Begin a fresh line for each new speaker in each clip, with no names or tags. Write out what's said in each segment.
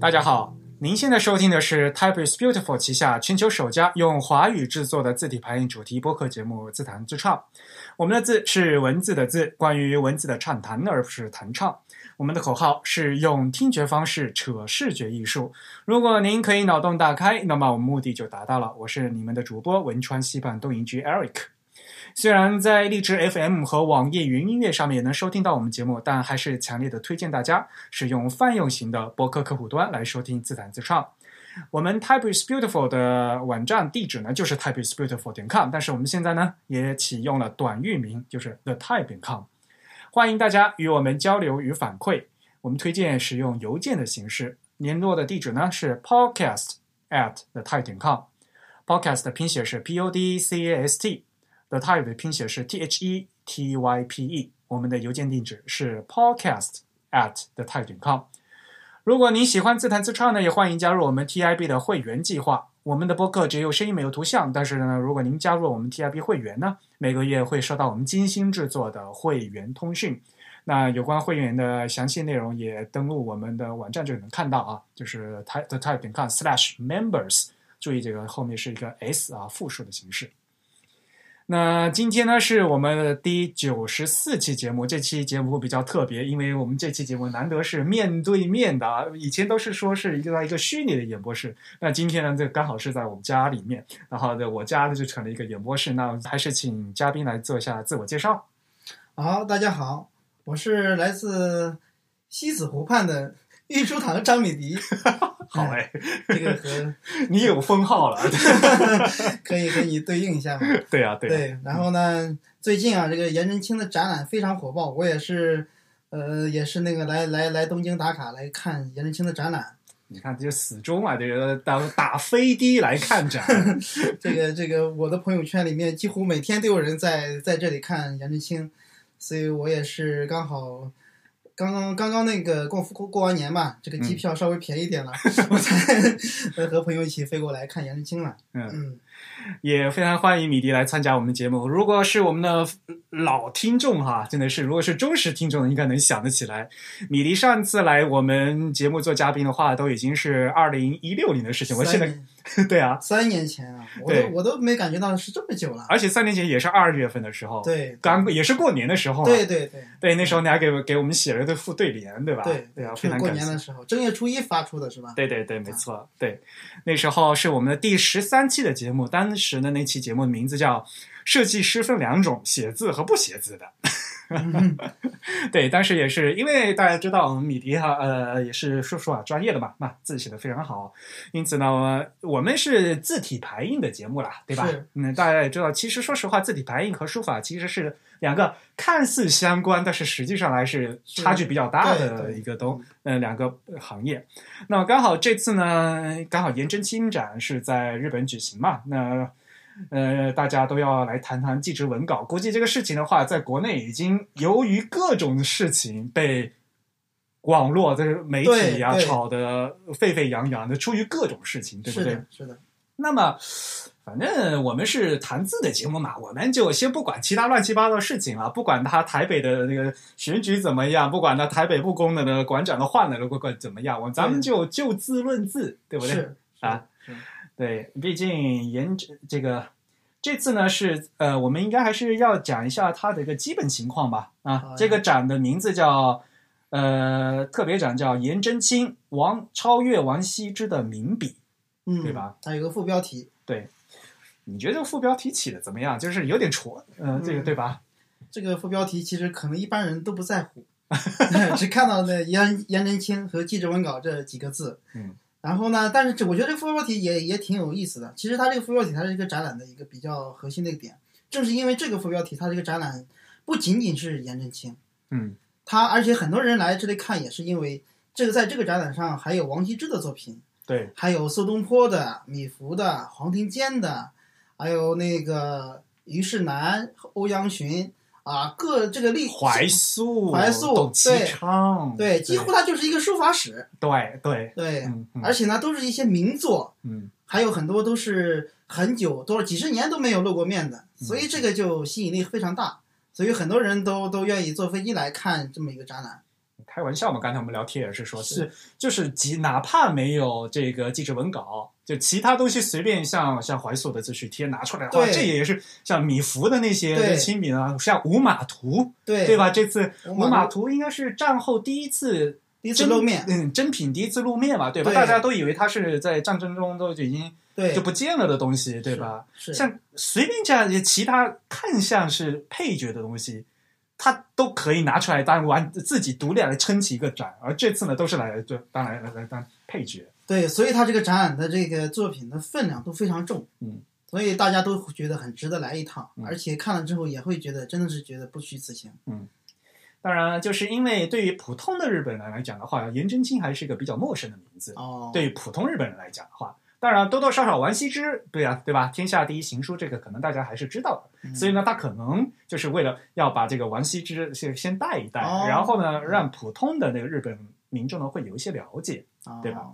大家好，您现在收听的是 Type is Beautiful 旗下全球首家用华语制作的字体排印主题播客节目《自弹自唱》。我们的“字”是文字的“字”，关于文字的畅谈，而不是弹唱。我们的口号是用听觉方式扯视觉艺术。如果您可以脑洞大开，那么我们目的就达到了。我是你们的主播文川西畔东营居 Eric。虽然在荔枝 FM 和网易云音乐上面也能收听到我们节目，但还是强烈的推荐大家使用泛用型的播客客户端来收听《自弹自唱》。我们 Type is Beautiful 的网站地址呢，就是 type is beautiful 点 com，但是我们现在呢也启用了短域名，就是 the type 点 com。欢迎大家与我们交流与反馈。我们推荐使用邮件的形式，联络的地址呢是 podcast at the type 点 com。podcast 的拼写是 p o d c a s t。The Type 的拼写是 T H E T Y P E，我们的邮件地址是 podcast at the type 点 com。如果您喜欢自弹自唱呢，也欢迎加入我们 TIB 的会员计划。我们的播客只有声音没有图像，但是呢，如果您加入我们 TIB 会员呢，每个月会收到我们精心制作的会员通讯。那有关会员的详细内容也登录我们的网站就能看到啊，就是 type the type 点 com slash members，注意这个后面是一个 s 啊，复数的形式。那今天呢是我们的第九十四期节目，这期节目比较特别，因为我们这期节目难得是面对面的啊，以前都是说是一个在一个虚拟的演播室，那今天呢这刚好是在我们家里面，然后呢我家呢就成了一个演播室，那还是请嘉宾来做一下自我介绍。
好，大家好，我是来自西子湖畔的御书堂张米迪，
好
嗯
哎，
这个和
你有封号了，
可以跟你对应一下嘛？
对啊对啊，
对，然后呢，最近啊，这个颜真卿的展览非常火爆，我也是，呃，也是那个来来来东京打卡来看颜真卿的展览，
你看这死忠啊，这个打打飞的来看展，
这个这个我的朋友圈里面几乎每天都有人在在这里看颜真卿，所以我也是刚好。刚刚刚刚那个过过过完年吧，这个
嗯
机票稍微便宜 点了，我才呃和朋友一起飞过来看颜真卿了。
嗯
嗯，
也非常欢迎米迪来参加我们的节目。如果是我们的老听众哈，真的是如果是忠实听众，应该能想得起来，米迪上次来我们节目做嘉宾的话，都已经是二零一六年的事情。我现
三
在
年
对啊，
三年前啊，我
对
都我都没感觉到是这么久了。
而且三年前也是二月份的时候，，
对，
刚也是过年的时候、啊，
对对对
对，那时候你还给我给我们写了一对副对联，对吧？
对
对啊，非
是
常
过
感
年
谢
的。时候，正月初一发出的是吧？啊
对对对，没错，对，那时候是我们的第十三期的节目，当时的那期节目的名字叫《设计师分两种，写字和不写字的》。
嗯
对，但是也是因为大家知道我们米迪哈呃也是说书法专业的嘛，那字写的非常好，因此呢，我们是字体排印的节目啦，对吧
是？
嗯，大家也知道，其实说实话，字体排印和书法其实是两个看似相关，但是实际上来是
是
差距比较大
对
的
对
一个东呃两个行业。那么刚好这次呢，刚好颜真卿展是在日本举行嘛，那。呃，大家都要来谈谈记职文稿。估计这个事情的话，在国内已经由于各种事情被网络的媒体啊
对对
炒得沸沸扬扬的，出于各种事情，对不
是
对
的，？是的，
那么，反正我们是谈资的节目嘛，我们就先不管其他乱七八糟的事情了，不管他台北的那个选举怎么样，不管他台北故宫的那个馆长的换了，如果怎么样，我们咱们就就字论字，对不对？
是
啊，
是是
对，毕竟研这个这次呢是呃，我们应该还是要讲一下它的一个基本情况吧。
好
啊
呀，
这个展的名字叫呃特别展叫颜真卿王超越王羲之的名笔。
嗯，
对吧？
它有个副标题，
你觉得副标题起的怎么样？就是有点戳，呃，这个
嗯
对吧？
这个副标题其实可能一般人都不在乎， 只看到了颜颜真卿和记者文稿这几个字。
嗯。
然后呢？但是这我觉得这个副标题也也挺有意思的。其实它这个副标题，它是一个展览的一个比较核心的一个点。正是因为这个副标题，它这个展览不仅仅是颜真卿，
嗯，
他而且很多人来这里看也是因为这个，在这个展览上还有王羲之的作品，
对，
还有苏东坡的、米芾的、黄庭坚的，还有那个虞世南、欧阳询啊，各这个历
怀素、
怀素
董其
对
昌，
对，几乎它就是一个书法史，
对对，
对，
嗯嗯
而且呢都是一些名作，
嗯，
还有很多都是很久多少几十年都没有露过面的，
嗯
所以这个就吸引力非常大，所以很多人都都愿意坐飞机来看这么一个展览。
开玩笑嘛，刚才我们聊天也是说，
是
是就是即哪怕没有这个记者文稿，就其他东西随便像像怀素的自序贴拿出来的话，
对
这也是像米芾的那些
对
亲笔啊，像五马图，
对
对？吧？这次五
五马
马图应该是战后第一次
第一次
真
露面，
嗯，真品第一次露面嘛，对吧？
对
大家都以为他是在战争中都已经
对，
就不见了的东西，对吧？
是
像随便这样其他看像是配角的东西，他都可以拿出来当玩自己独立来撑起一个展，而这次呢都是来就当来来来当配角，
对，所以他这个展览的这个作品的分量都非常重，
嗯，
所以大家都觉得很值得来一趟，
嗯
而且看了之后也会觉得真的是觉得不虚此行，
当然，就是因为对于普通的日本人来讲的话，颜真卿还是一个比较陌生的名字。
哦，
对于普通日本人来讲的话，当然多多少少王羲之，对呀、对吧？天下第一行书这个可能大家还是知道的，
嗯
所以呢，他可能就是为了要把这个王羲之先先带一带，
哦
然后呢，让普通的那个日本民众呢会有一些了解。
哦，
对吧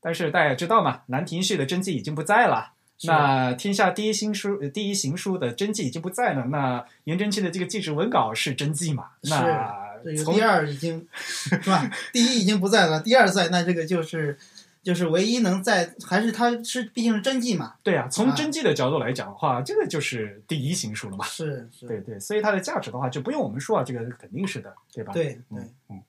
但是大家也知道嘛，兰亭序的真迹已经不在了。
是
那天下第一新书、呃第一行书的真迹已经不在了。那颜真卿的这个记事文稿是真迹嘛？
是
那
这个
从
第二已 经是吧？第一已经不在了，第二在，那这个就是就是唯一能在，还是他是毕竟是真迹嘛，
对啊，从
啊
真迹的角度来讲的话，这个就是第一行书了嘛。
是是，
对对，所以它的价值的话，就不用我们说啊，这个肯定是的，对吧？。
对对
嗯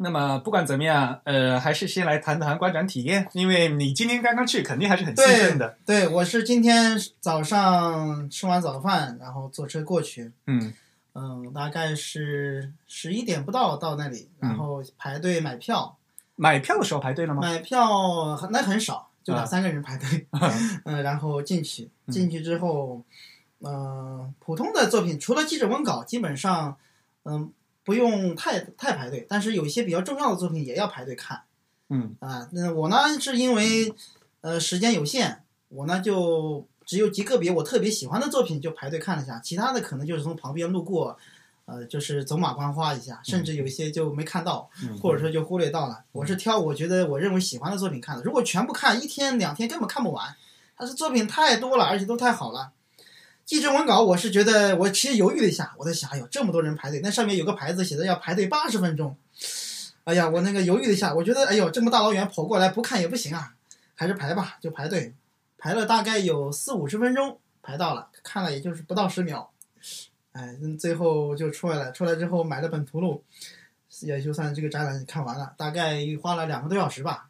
那么不管怎么样，呃，还是先来谈谈观展体验，因为你今天刚刚去，肯定还是很兴奋的。
对，我是今天早上吃完早饭，然后坐车过去，
嗯
嗯，大概是十一点不到到那里，
嗯
然后排队买票，
买票的时候排队了吗？
买票很那很少，就
啊
两三个人排队， 嗯，然后进去，
嗯
进去之后，嗯、普通的作品除了记者文稿，基本上，嗯、不用太太排队，但是有一些比较重要的作品也要排队看
嗯
啊。那我呢是因为，呃，时间有限，我呢就只有极个别我特别喜欢的作品就排队看了一下，其他的可能就是从旁边路过。呃，就是走马观花一下，甚至有一些就没看到，
嗯，
或者说就忽略到了。我是挑我觉得我认为喜欢的作品看的，如果全部看一天两天根本看不完，但是作品太多了，而且都太好了。记者文稿，我是觉得我其实犹豫了一下，我在想，哎呦，这么多人排队，那上面有个牌子写的要排队八十分钟，哎呀，我那个犹豫了一下，我觉得，哎呦，这么大老远跑过来不看也不行啊，还是排吧，就排队，排了大概有四五十分钟，排到了，看了也就是不到十秒，哎，最后就出来了，出来之后买了本图录，也就算这个展览看完了，大概花了两个多小时吧。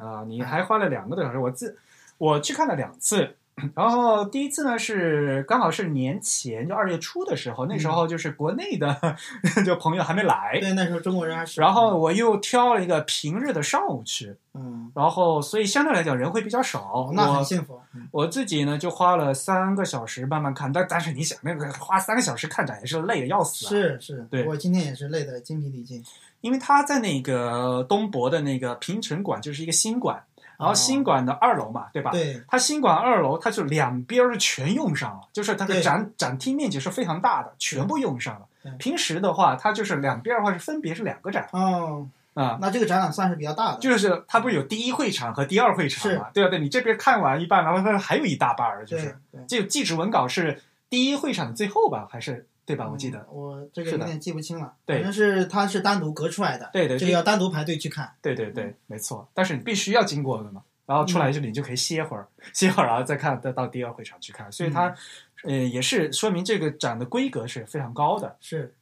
啊、你还花了两个多小时，我自我去看了两次。然后第一次呢是刚好是年前，就二月初的时候，那时候就是国内的 就朋友还没来，
对，那时候中国人还是
然后我又挑了一个平日的上午去，
嗯，
然后所以相对来讲人会比较少
哦，。那
我
很幸福。嗯
我自己呢就花了三个小时慢慢看，但但是你想，那个花三个小时看展也是累的要死、啊，
是是，
对
我今天也是累得精疲力尽。
因为他在那个东博的那个平城馆就是一个新馆，然后新馆的二楼嘛，对吧？
哦对
它新馆二楼，它就两边儿全用上了，就是它的
对
展展厅面积是非常大的，全部用上了
对。
平时的话，它就是两边儿的话是分别是两个展
哦，
啊、
那这个展览算是比较大的。
就是它不是有第一会场和第二会场嘛？对啊，对，你这边看完一半，然后它还有一大半儿，就
对
是
对，
这个记者文稿是第一会场的最后吧，还是对吧？我记得，
嗯我这个
是
有
的
点记不清了。
对
反正是它是单独隔出来的，
对对
这个要单独排队去看。
对对对，没错。但是你必须要经过的嘛，然后出
嗯
来就你就可以歇会儿，歇会儿，然后再看，再到第二会场去看。所以它，
嗯
呃，也是说明这个展的规格是非常高的。
是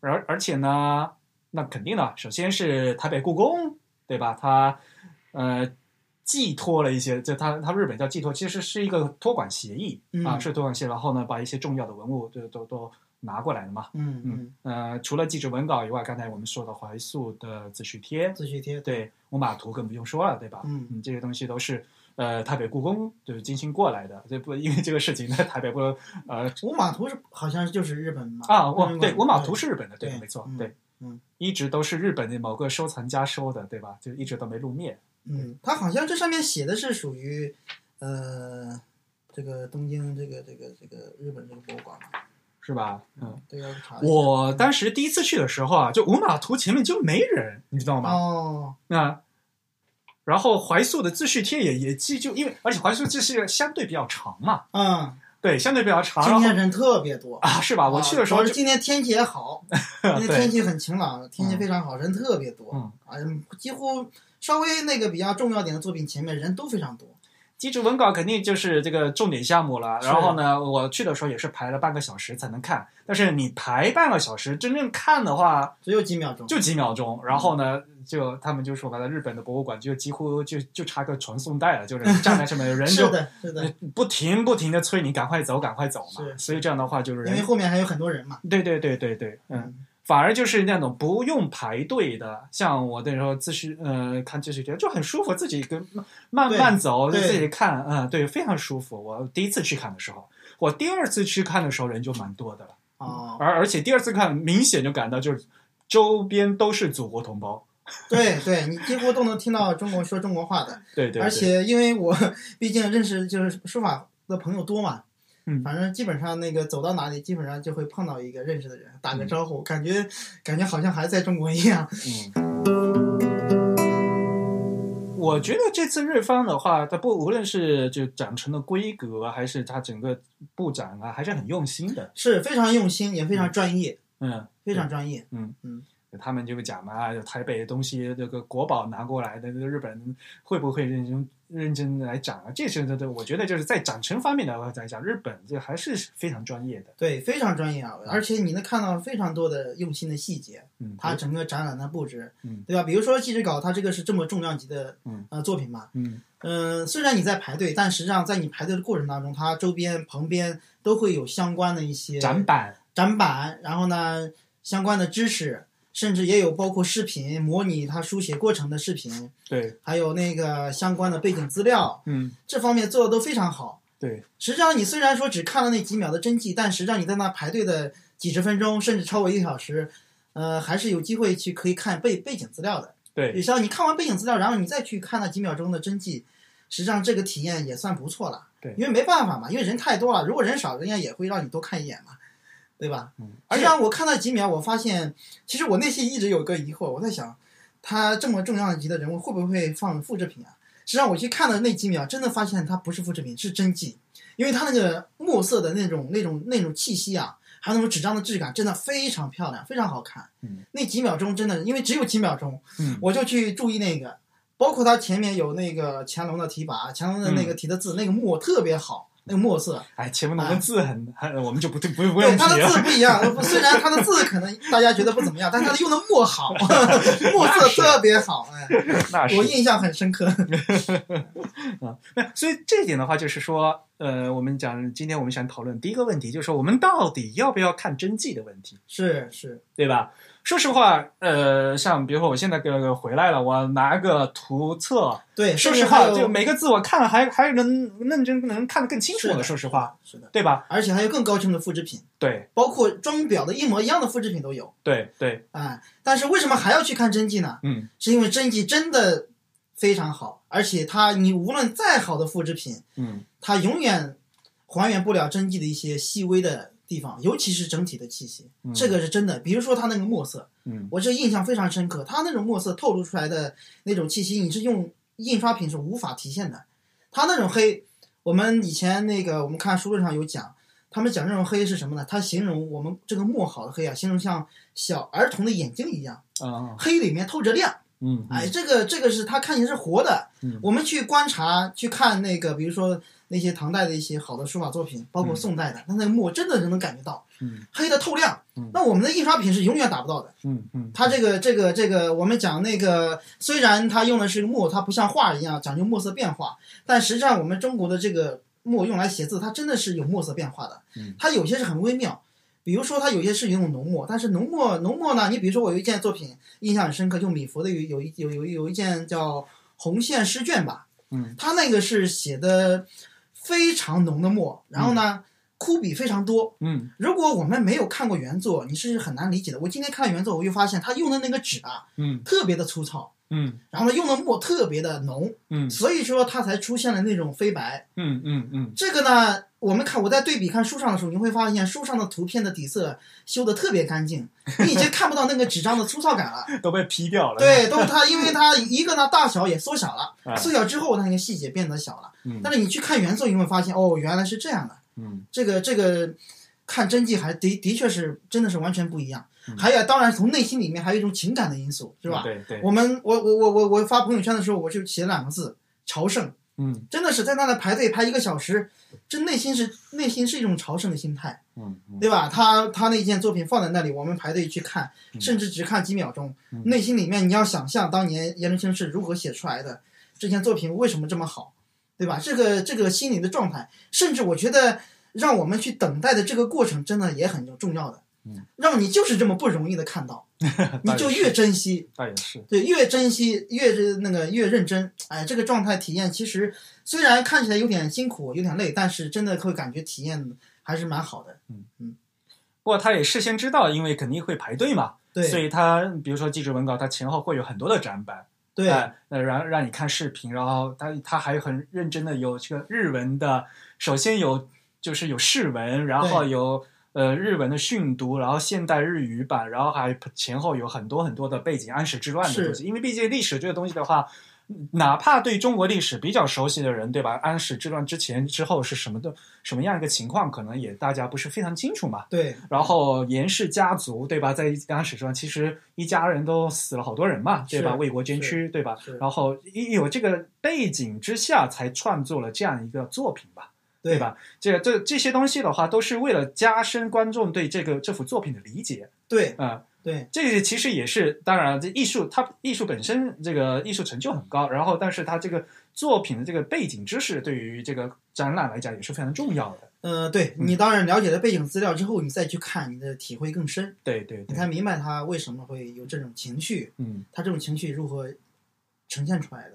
而而且呢，那肯定的，首先是台北故宫，对吧？它呃寄托了一些，就它它日本叫寄托，其实是一个托管协议、
嗯
啊，是托管协议，然后呢，把一些重要的文物都都都拿过来了嘛。
嗯
嗯
嗯，
呃，除了记者文稿以外，刚才我们说的怀素的自序贴，
自序贴。
对，五马图更不用说了，对吧？
嗯
这些东西都是呃台北故宫就是精心过来的，这不因为这个事情呢，台北不呃
五马图是好像就是日本嘛？
啊，我
日本
对五马图是日本的，对，
嗯对
没错，
嗯
对，
嗯，
一直都是日本的某个收藏家收的，对吧？就一直都没露面。
嗯，它好像这上面写的是属于，呃，这个东京这个这个这个日本这个博物馆嘛，
是吧？嗯，，
对，要查一下
我当时第一次去的时候啊，就五马图前面就没人，你知道吗？
哦，
啊，然后怀素的自序贴也也记就因为而且怀素自序相对比较长嘛，
嗯，
对，相对比较长。
今
然后
天人特别多。
啊，是吧？我去的时候
主要
就是
今天天气 也好，今天
对
天气很晴朗，天气
嗯
非常好，人特别多，
嗯
啊，几乎稍微那个比较重要点的作品前面人都非常多，
机制文稿肯定就是这个重点项目了。
是
然后呢，我去的时候也是排了半个小时才能看，但是你排半个小时，真正看的话
只有几秒钟。
就几秒钟。然后呢，就他们就说白了，日本的博物馆就几乎就就差个传送带了，就是你站在上面，人
是
就
的，是的，
不停不停的催你赶快走，赶快走嘛。
是
所以这样的话就是
因为
人，
后面还有很多人嘛。
对对对对对，嗯。，反而就是那种不用排队的，像我那时候自序，呃，看自序觉就很舒服，自己跟慢
对
慢走，
对
自己看，嗯，对，非常舒服。我第一次去看的时候，我第二次去看的时候人就蛮多的了，
哦，
而而且第二次看明显就感到就是周边都是祖国同胞，
对对，你几乎都能听到中国说中国话的，
对对对，
而且因为我 毕竟认识就是书法的朋友多嘛，
嗯
反正基本上那个走到哪里，基本上就会碰到一个认识的人，打个招呼，感觉感觉好像还在中国一样。
嗯，我觉得这次日方的话，它不无论是就展陈的规格，还是它整个布展啊，还是很用心的，
是非常用心，也非常专业，
嗯，
非常专业。
他们就讲嘛，啊就台北的东西这个国宝拿过来的，这个日本人会不会认真认真地来展啊？这是这这，我觉得就是在展陈方面的来讲，日本这还是非常专业的。
对，非常专业啊！而且你能看到非常多的用心的细节，
嗯，
它整个展览的布置，
嗯
对吧？比如说祭侄稿，它这个是这么重量级的
嗯
呃作品嘛，
嗯
嗯、虽然你在排队，但实际上在你排队的过程当中，它周边旁边都会有相关的一些
展板，
展板，然后呢相关的知识，甚至也有包括视频模拟它书写过程的视频，
对，
还有那个相关的背景资料，
嗯
这方面做的都非常好。
对，
实际上，你虽然说只看了那几秒的真迹，但实际上你在那排队的几十分钟，甚至超过一个小时，呃，还是有机会去可以看背背景资料的。
对
也啊像你看完背景资料，然后你再去看那几秒钟的真迹，实际上这个体验也算不错了。
对
因为没办法嘛，因为人太多了，如果人少，人家也会让你多看一眼嘛，对吧？
嗯，
实
而
际
且
上我看那几秒，我发现其实我内心一直有个疑惑，我在想，他这么重量级的人物会不会放复制品啊？实际上我去看了那几秒，真的发现它不是复制品，是真迹，因为它那个墨色的那种、那种、那种气息啊，还有那种纸张的质感，真的非常漂亮，非常好看。
嗯，
那几秒钟真的，因为只有几秒钟，
嗯
我就去注意那个，包括它前面有那个乾隆的题跋，乾隆的
嗯
那个题的字，那个墨特别好，那个墨色，
哎，前面那个字很很，我们就不不不不
对
用提
它的字
了。
不一样。虽然它的字可能大家觉得不怎么样，但它用的 墨好，墨色特别好，哎，
那
我印象很深刻。
啊，那所以这一点的话，就是说，呃，我们讲今天我们想讨论第一个问题，就是说我们到底要不要看真迹的问题。
是是，
对吧？说实话，呃，像比如说我现在个回来了，我拿个图册，
对，
说
甚
实
至还
话，
有
就每个字我看还还能认真能看得更清楚
是
了。
的
说实话，
是的，
对吧？
而且还有更高清的复制品，
对
包括装裱的一模一样的复制品都有，
对对，
哎，但是为什么还要去看真迹呢？
嗯，
是因为真迹真的非常好，而且它你无论再好的复制品，
嗯
它永远还原不了真迹的一些细微的地方，尤其是整体的气息，
嗯
这个是真的。比如说它那个墨色，
嗯，
我这印象非常深刻，它那种墨色透露出来的那种气息，你是用印刷品是无法体现的。它那种黑，我们以前那个我们看书论上有讲，他们讲这种黑是什么呢？它形容我们这个墨好的黑啊，形容像小儿童的眼睛一样，
啊
黑里面透着亮。
嗯，
哎，这个这个是它看起来是活的。
嗯
我们去观察、去看那个，比如说那些唐代的一些好的书法作品，包括
嗯
宋代的，那那个墨真的是能感觉到，
嗯
黑的透亮。
嗯
那我们的印刷品是永远达不到的。
嗯嗯，
它这个这个这个，我们讲那个，虽然它用的是墨，它不像画一样讲究墨色变化，但实际上我们中国的这个墨用来写字，它真的是有墨色变化的
嗯。
它有些是很微妙，比如说它有些是用浓墨，但是浓墨浓墨呢，你比如说我有一件作品印象很深刻，就米芾的有有一有有有一件叫《红线诗卷》吧，
嗯，
它那个是写的非常浓的墨，然后呢，枯笔非常多，
嗯
如果我们没有看过原作，你是很难理解的。我今天看原作，我就发现他用的那个纸啊，
嗯
特别的粗糙，
嗯
然后呢用的墨特别的浓，
嗯
所以说它才出现了那种飞白。
嗯嗯嗯，
这个呢，我们看我在对比看书上的时候，你会发现书上的图片的底色修的特别干净，你已经看不到那个纸张的粗糙感 了。
都被 P 掉了。，
对，都是它，因为它一个呢大小也缩小了，
啊
缩小之后它那个细节变得小了。
嗯
但是你去看原作，你会发现哦，原来是这样的。
嗯
这个这个看真迹还的的确是真的是完全不一样。还有，当然从内心里面还有一种情感的因素，是吧？
嗯对对，
我们我我我我我发朋友圈的时候，我就写两个字：朝圣。
嗯
真的是在那里排队排一个小时，这内心是内心是一种朝圣的心态，
嗯嗯
对吧？他他那件作品放在那里，我们排队去看，甚至只看几秒钟，
嗯
内心里面你要想象当年颜真卿是如何写出来的，这件作品为什么这么好，对吧？这个这个心理的状态，甚至我觉得让我们去等待的这个过程，真的也很重要的
嗯，
让你就是这么不容易的 看到，你就越珍惜，
倒也是，
对，越珍惜越是那个越认真，哎，这个状态体验其实虽然看起来有点辛苦，有点累，但是真的会感觉体验还是蛮好的。
不过他也事先知道，因为肯定会排队嘛，所
对
以他比如说记者文稿，他前后会有很多的展板，
对
哎那让让你看视频，然后他他还很认真的有这个日文的，首先有就是有释文，然后有呃日文的训读，然后现代日语版，然后还前后有很多很多的背景安史之乱的
是
东西，因为毕竟历史这个东西的话。哪怕对中国历史比较熟悉的人，对吧？安史之乱之前、之后是什么的什么样一个情况，可能也大家不是非常清楚嘛。
对
然后严氏家族，对吧？在安史之乱，其实一家人都死了好多人嘛，对吧？
是
为国捐躯，对吧
是？
然后一有这个背景之下，才创作了这样一个作品吧，对
对？
吧？这这这些东西的话，都是为了加深观众对这个这幅作品的理解，
对
嗯、
对
这个其实也是，当然，这艺术它艺术本身这个艺术成就很高，然后但是它这个作品的这个背景知识对于这个展览来讲也是非常重要的。
呃，对
嗯
你当然了解了背景资料之后，你再去看，你的体会更深，
对对
你
对，
才明白他为什么会有这种情绪，
嗯。
他这种情绪如何呈现出来的。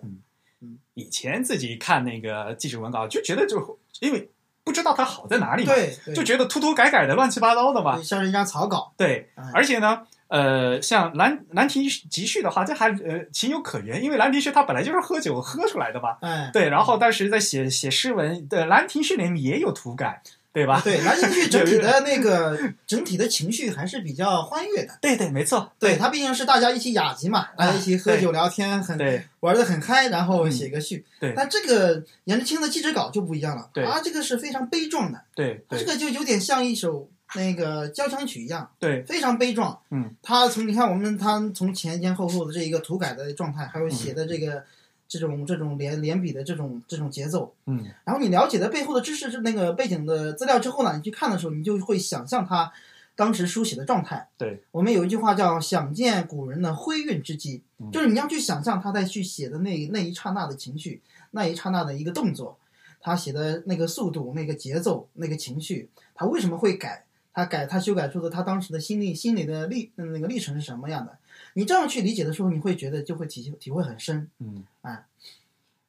以前自己看那个记者文稿，就觉得就因为不知道它好在哪里嘛，
对对，
就觉得涂涂改改的乱七八糟的嘛
对。像人家草稿，
对，
哎
而且呢，呃，像兰兰亭集序的话，这还呃情有可原，因为兰亭序它本来就是喝酒喝出来的嘛。
哎，
对，然后当时在写写诗文，对，兰亭序里面也有涂改，对吧？
对，南京剧整体的那个整体的情绪还是比较欢悦的。
对对，没错，
对，它毕竟是大家一起雅集嘛，大家一起喝酒聊天，很
对嗯
玩的很嗨，然后写个序。
对
但这个颜志清的记者稿就不一样了，
对
啊，这个是非常悲壮的，
对
它这
对
个就有点像一首那个交响曲一样，
对，
非常悲壮。
嗯，
他从你看我们他从前前后后的这一个涂改的状态，还有写的这个、这种这种连连笔的这种这种节奏，
嗯，
然后你了解了背后的知识，那个背景的资料之后呢，你去看的时候，你就会想象他当时书写的状态。
对，
我们有一句话叫“想见古人的挥韵之机”，就是你要去想象他在去写的那那一刹那的情绪，那一刹那的一个动作，他写的那个速度、那个节奏、那个情绪，他为什么会改？他改他修改出的他当时的心历心理的历那个历程是什么样的？你这样去理解的时候，你会觉得就会体体会很深。
嗯，
哎，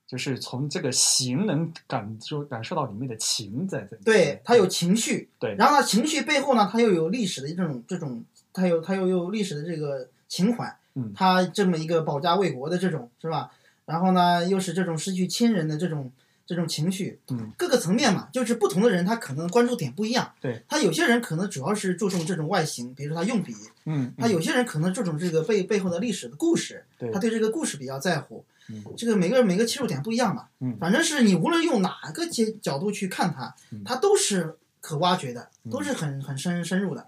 就是从这个形能感受感受到里面的情在在里面。
对，它有情绪，
对
然后呢，情绪背后呢，它又有历史的这种这种，它有它又有历史的这个情怀，
嗯
它这么一个保家卫国的这种是吧？然后呢，又是这种失去亲人的这种这种情绪，
嗯，
各个层面嘛，就是不同的人他可能关注点不一样，
对，
他有些人可能主要是注重这种外形，比如说他用笔，
嗯，嗯，
他有些人可能注重这个背背后的历史的故事，
对
他对这个故事比较在乎
嗯。
这个每个人每个切入点不一样嘛，
嗯
反正是你无论用哪个角角度去看它
嗯，
它都是可挖掘的，都是很很深深入的。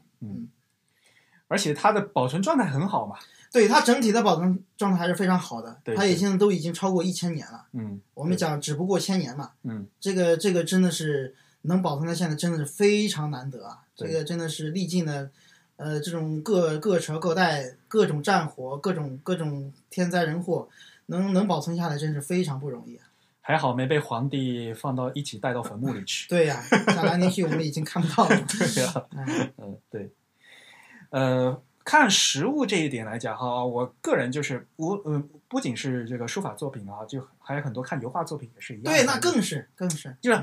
而且它的保存状态很好嘛。
对它整体的保存状态还是非常好的
对，
它
对
已经都已经超过一千年了。
嗯
我们讲只不过千年嘛，
嗯。
这个这个真的是能保存到现在，真的是非常难得啊！这
对
个真的是历尽了，呃，这种各各朝各代各种战火、各种各种天灾人祸，能能保存下来，真是非常不容易、啊。
还好没被皇帝放到一起带到坟墓里 去。
对呀、像兰陵序我们已经看不到了。
对呀、啊，
哎
嗯，对，呃，看实物这一点来讲哈，我个人就是无呃，不仅是这个书法作品啊，就还有很多看油画作品也是一样的。
对，那更是更是
就是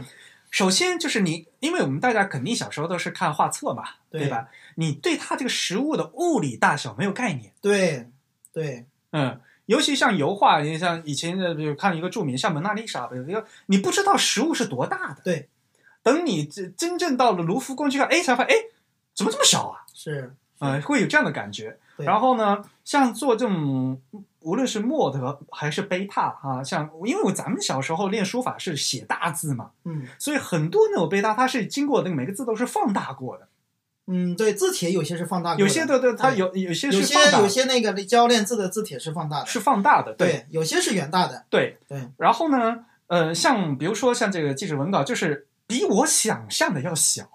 首先就是你，因为我们大家肯定小时候都是看画册嘛，对
对
吧？你对它这个实物的物理大小没有概念，
对对
嗯。尤其像油画，你像以前的，比如看一个著名像蒙娜丽莎，比如你不知道实物是多大的，
对，
等你真真正到了卢浮宫去看，哎，才发现，哎，怎么这么小啊？
是，
呃，会有这样的感觉。
对
然后呢，像做这种，无论是莫德还是贝塔啊，像因为我咱们小时候练书法是写大字嘛，
嗯
所以很多那种贝塔它是经过那个每个字都是放大过的，
嗯，对，字帖有些是放大过的，
有些的对它
对
有有些
有
是
些
放大
有些那个教练字的字帖是放大的，
是放大的，对
对，有些是远大的，
对
对。
然后呢，呃，像比如说像这个记者文稿，就是比我想象的要小，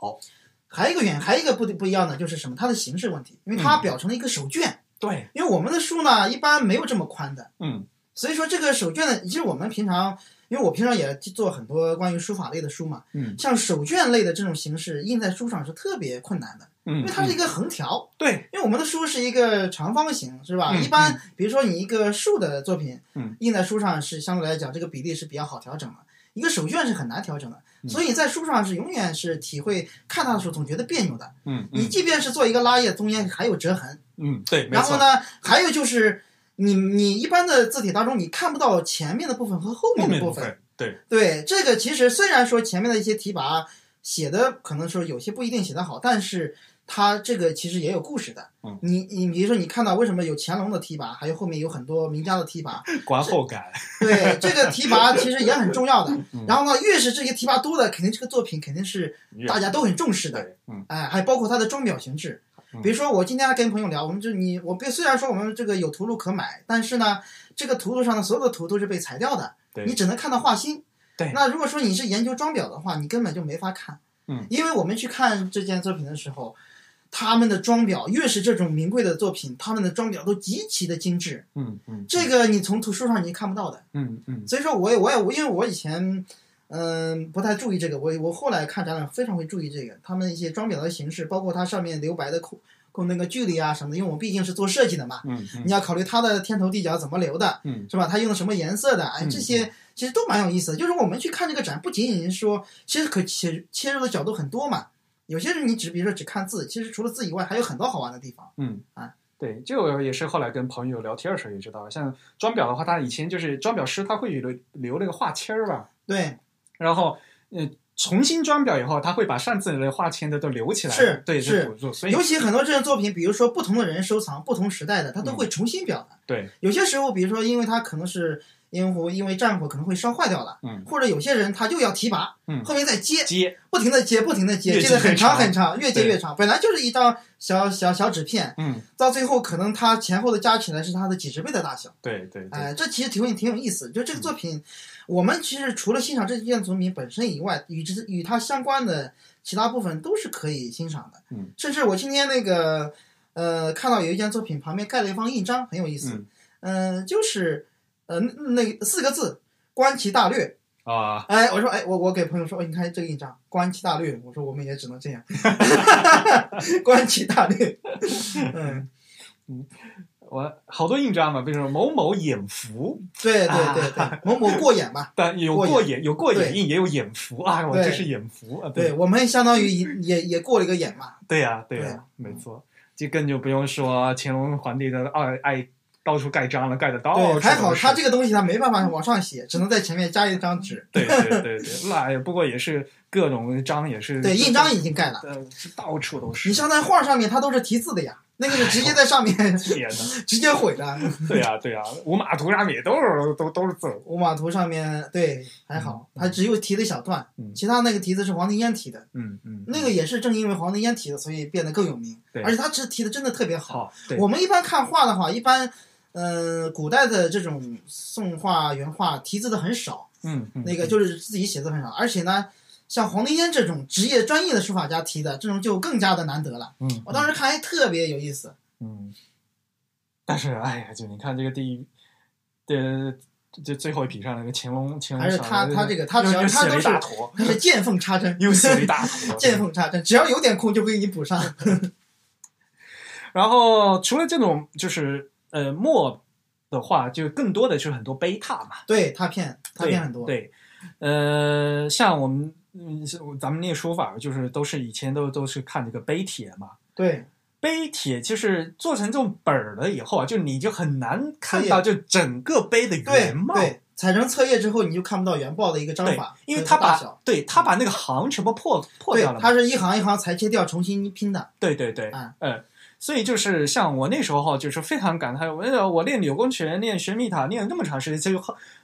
还有一个远，还有一个不不一样的就是什么，它的形式问题，因
嗯
为它表成了一个手卷，
对，
因为我们的书呢一般没有这么宽的，
嗯
所以说这个手卷呢，其实我们平常，因为我平常也做很多关于书法类的书嘛，
嗯
像手卷类的这种形式印在书上是特别困难的，
嗯，
因为它是一
嗯
个横条，
对
因为我们的书是一个长方形，是吧？
嗯
一般比如说你一个竖的作品，
嗯
印在书上是相对来讲这个比例是比较好调整的，一个手卷是很难调整的，
嗯
所以你在书上是永远是体会看它的时候总觉得别扭的。
嗯
你
嗯
即便是做一个拉页，中间还有折痕。
嗯对，没
然后
错，
呢，还有就是你你一般的字体当中，你看不到前面的部分和后
后
面
面
的
部
部分。
分对，
对，这个其实虽然说前面的一些提拔写的可能说有些不一定写得好，但是它这个其实也有故事的。
嗯
你你比如说，你看到为什么有乾隆的提拔，还有后面有很多名家的提拔，
观后感，
对这个提拔其实也很重要的
嗯。
然后呢，越是这些提拔多的，肯定这个作品肯定是
越
大家都很重视的。
对，嗯
哎，还包括它的装裱形制
嗯。
比如说，我今天还跟朋友聊，我们就你我虽然说我们这个有图录可买，但是呢，这个图录上的所有的图都是被裁掉的
对，
你只能看到画心。
对
那如果说你是研究装裱的话，你根本就没法看。
嗯，
因为我们去看这件作品的时候，他们的装裱越是这种名贵的作品，他们的装裱都极其的精致，
嗯嗯，
这个你从图书上你看不到的。
嗯嗯
所以说我也我也我因为我以前嗯、不太注意这个，我我后来看展览非常会注意这个，他们一些装裱的形式，包括它上面留白的空空那个距离啊什么的，因为我毕竟是做设计的嘛，
嗯嗯
你要考虑它的天头地角怎么留的，
嗯
是吧？它用的什么颜色的，哎，
嗯
这些其实都蛮有意思的。就是我们去看这个展，不仅仅是说，其实可切切入的角度很多嘛。有些人你只比如说只看字，其实除了字以外，还有很多好玩的地方。
嗯
啊。
对，这个也是后来跟朋友聊天的时候也知道，像装裱的话，他以前就是装裱师，他会留留那个画签儿吧，
对，
然后嗯、呃重新装裱以后，他会把上次的画签的都留起来，
是
对，
是
补助，所以
尤其很多这种作品，比如说不同的人收藏、不同时代的，他
嗯
都会重新表达。
对，
有些时候，比如说，因为它可能是因为因为战火可能会烧坏掉了，
嗯
或者有些人他又要提拔，
嗯
后面再接，
接
不停的接，不停的
越
接，
接
接的很
越长
很长，越接越长。本来就是一张小小小纸片，
嗯，
到最后可能它前后的加起来是它的几十倍的大小。
对对对，
哎、这其实挺有挺有意思。就这个作品，我们其实除了欣赏这件作品本身以外，与之与它相关的其他部分都是可以欣赏的。
嗯，
甚至我今天那个呃看到有一件作品旁边盖了一方印章，很有意思。
嗯
嗯、就是呃那那四个字“观其大略”。
啊，
哎，我说，哎，我我给朋友说，哎，你看这个印章，观其大略。我说，我们也只能这样， 观其大略。嗯，
我好多印章嘛，比如说某某眼福，
对对对对，某某过眼吧。
但有
过
过眼有过眼
对
印，也有眼福啊，我
对
这是眼福啊，
对我们相当于也也也过了一个眼嘛。
对呀、对呀、
对嗯
没错，就更就不用说乾隆皇帝的爱爱到处盖章了，盖的到处都
对，
哦是。
还好他这个东西他没办法往上写，只能在前面加一张纸。
对对对对，那也不过也是各种章也是
对，印章已经盖了。
呃到处都是。
你像在画上面，它都是题字的呀，那个是直接在上面
天呐，
直接毁的。
对呀、对呀、五马图上面也都是都都是字，
五马图上面对还好，它只有题的小段
嗯，
其他那个题字是王定燕题的。
嗯嗯，
那个也是正因为黄定燕提的，所以变得更有名。
对
而且他这提的真的特别好。
好，对，
我们一般看画的话，一般，呃，古代的这种宋画、元画题字的很少，
嗯嗯
那个就是自己写字很少。而且呢，像黄定燕这种职业专业的书法家提的，这种就更加的难得了。
嗯，
我当时看还特别有意思。
嗯，但是哎呀，就你看这个第一，这这最后一匹上那个乾隆乾隆
还是
上
他
来
他这个他只要
又
他
写了
都
一大
是
坨，
他是见缝插针，
又写了一大坨，
见缝插针，只要有点空就会给你补上。
嗯然后除了这种就是呃墨的话，就更多的就是很多贝塔嘛，
对他骗他
对
骗很多。
对，呃，像我们嗯，是我咱们练书法就是都是以前都都是看这个碑帖嘛。
对
碑帖就是做成这种本儿了以后啊，就你就很难看
对
到就整个碑的
对
原貌。
对，采成册页之后，你就看不到原报的一个章
对
法，
因为
和
他
大
把
小
对他把那个行全部破破
对
掉了，嘛。
它是一行一行裁切掉重新拼的。
对对对，
啊
嗯，所以就是像我那时候就是非常感叹，哎我我练柳公权、练玄秘塔练了那么长时间，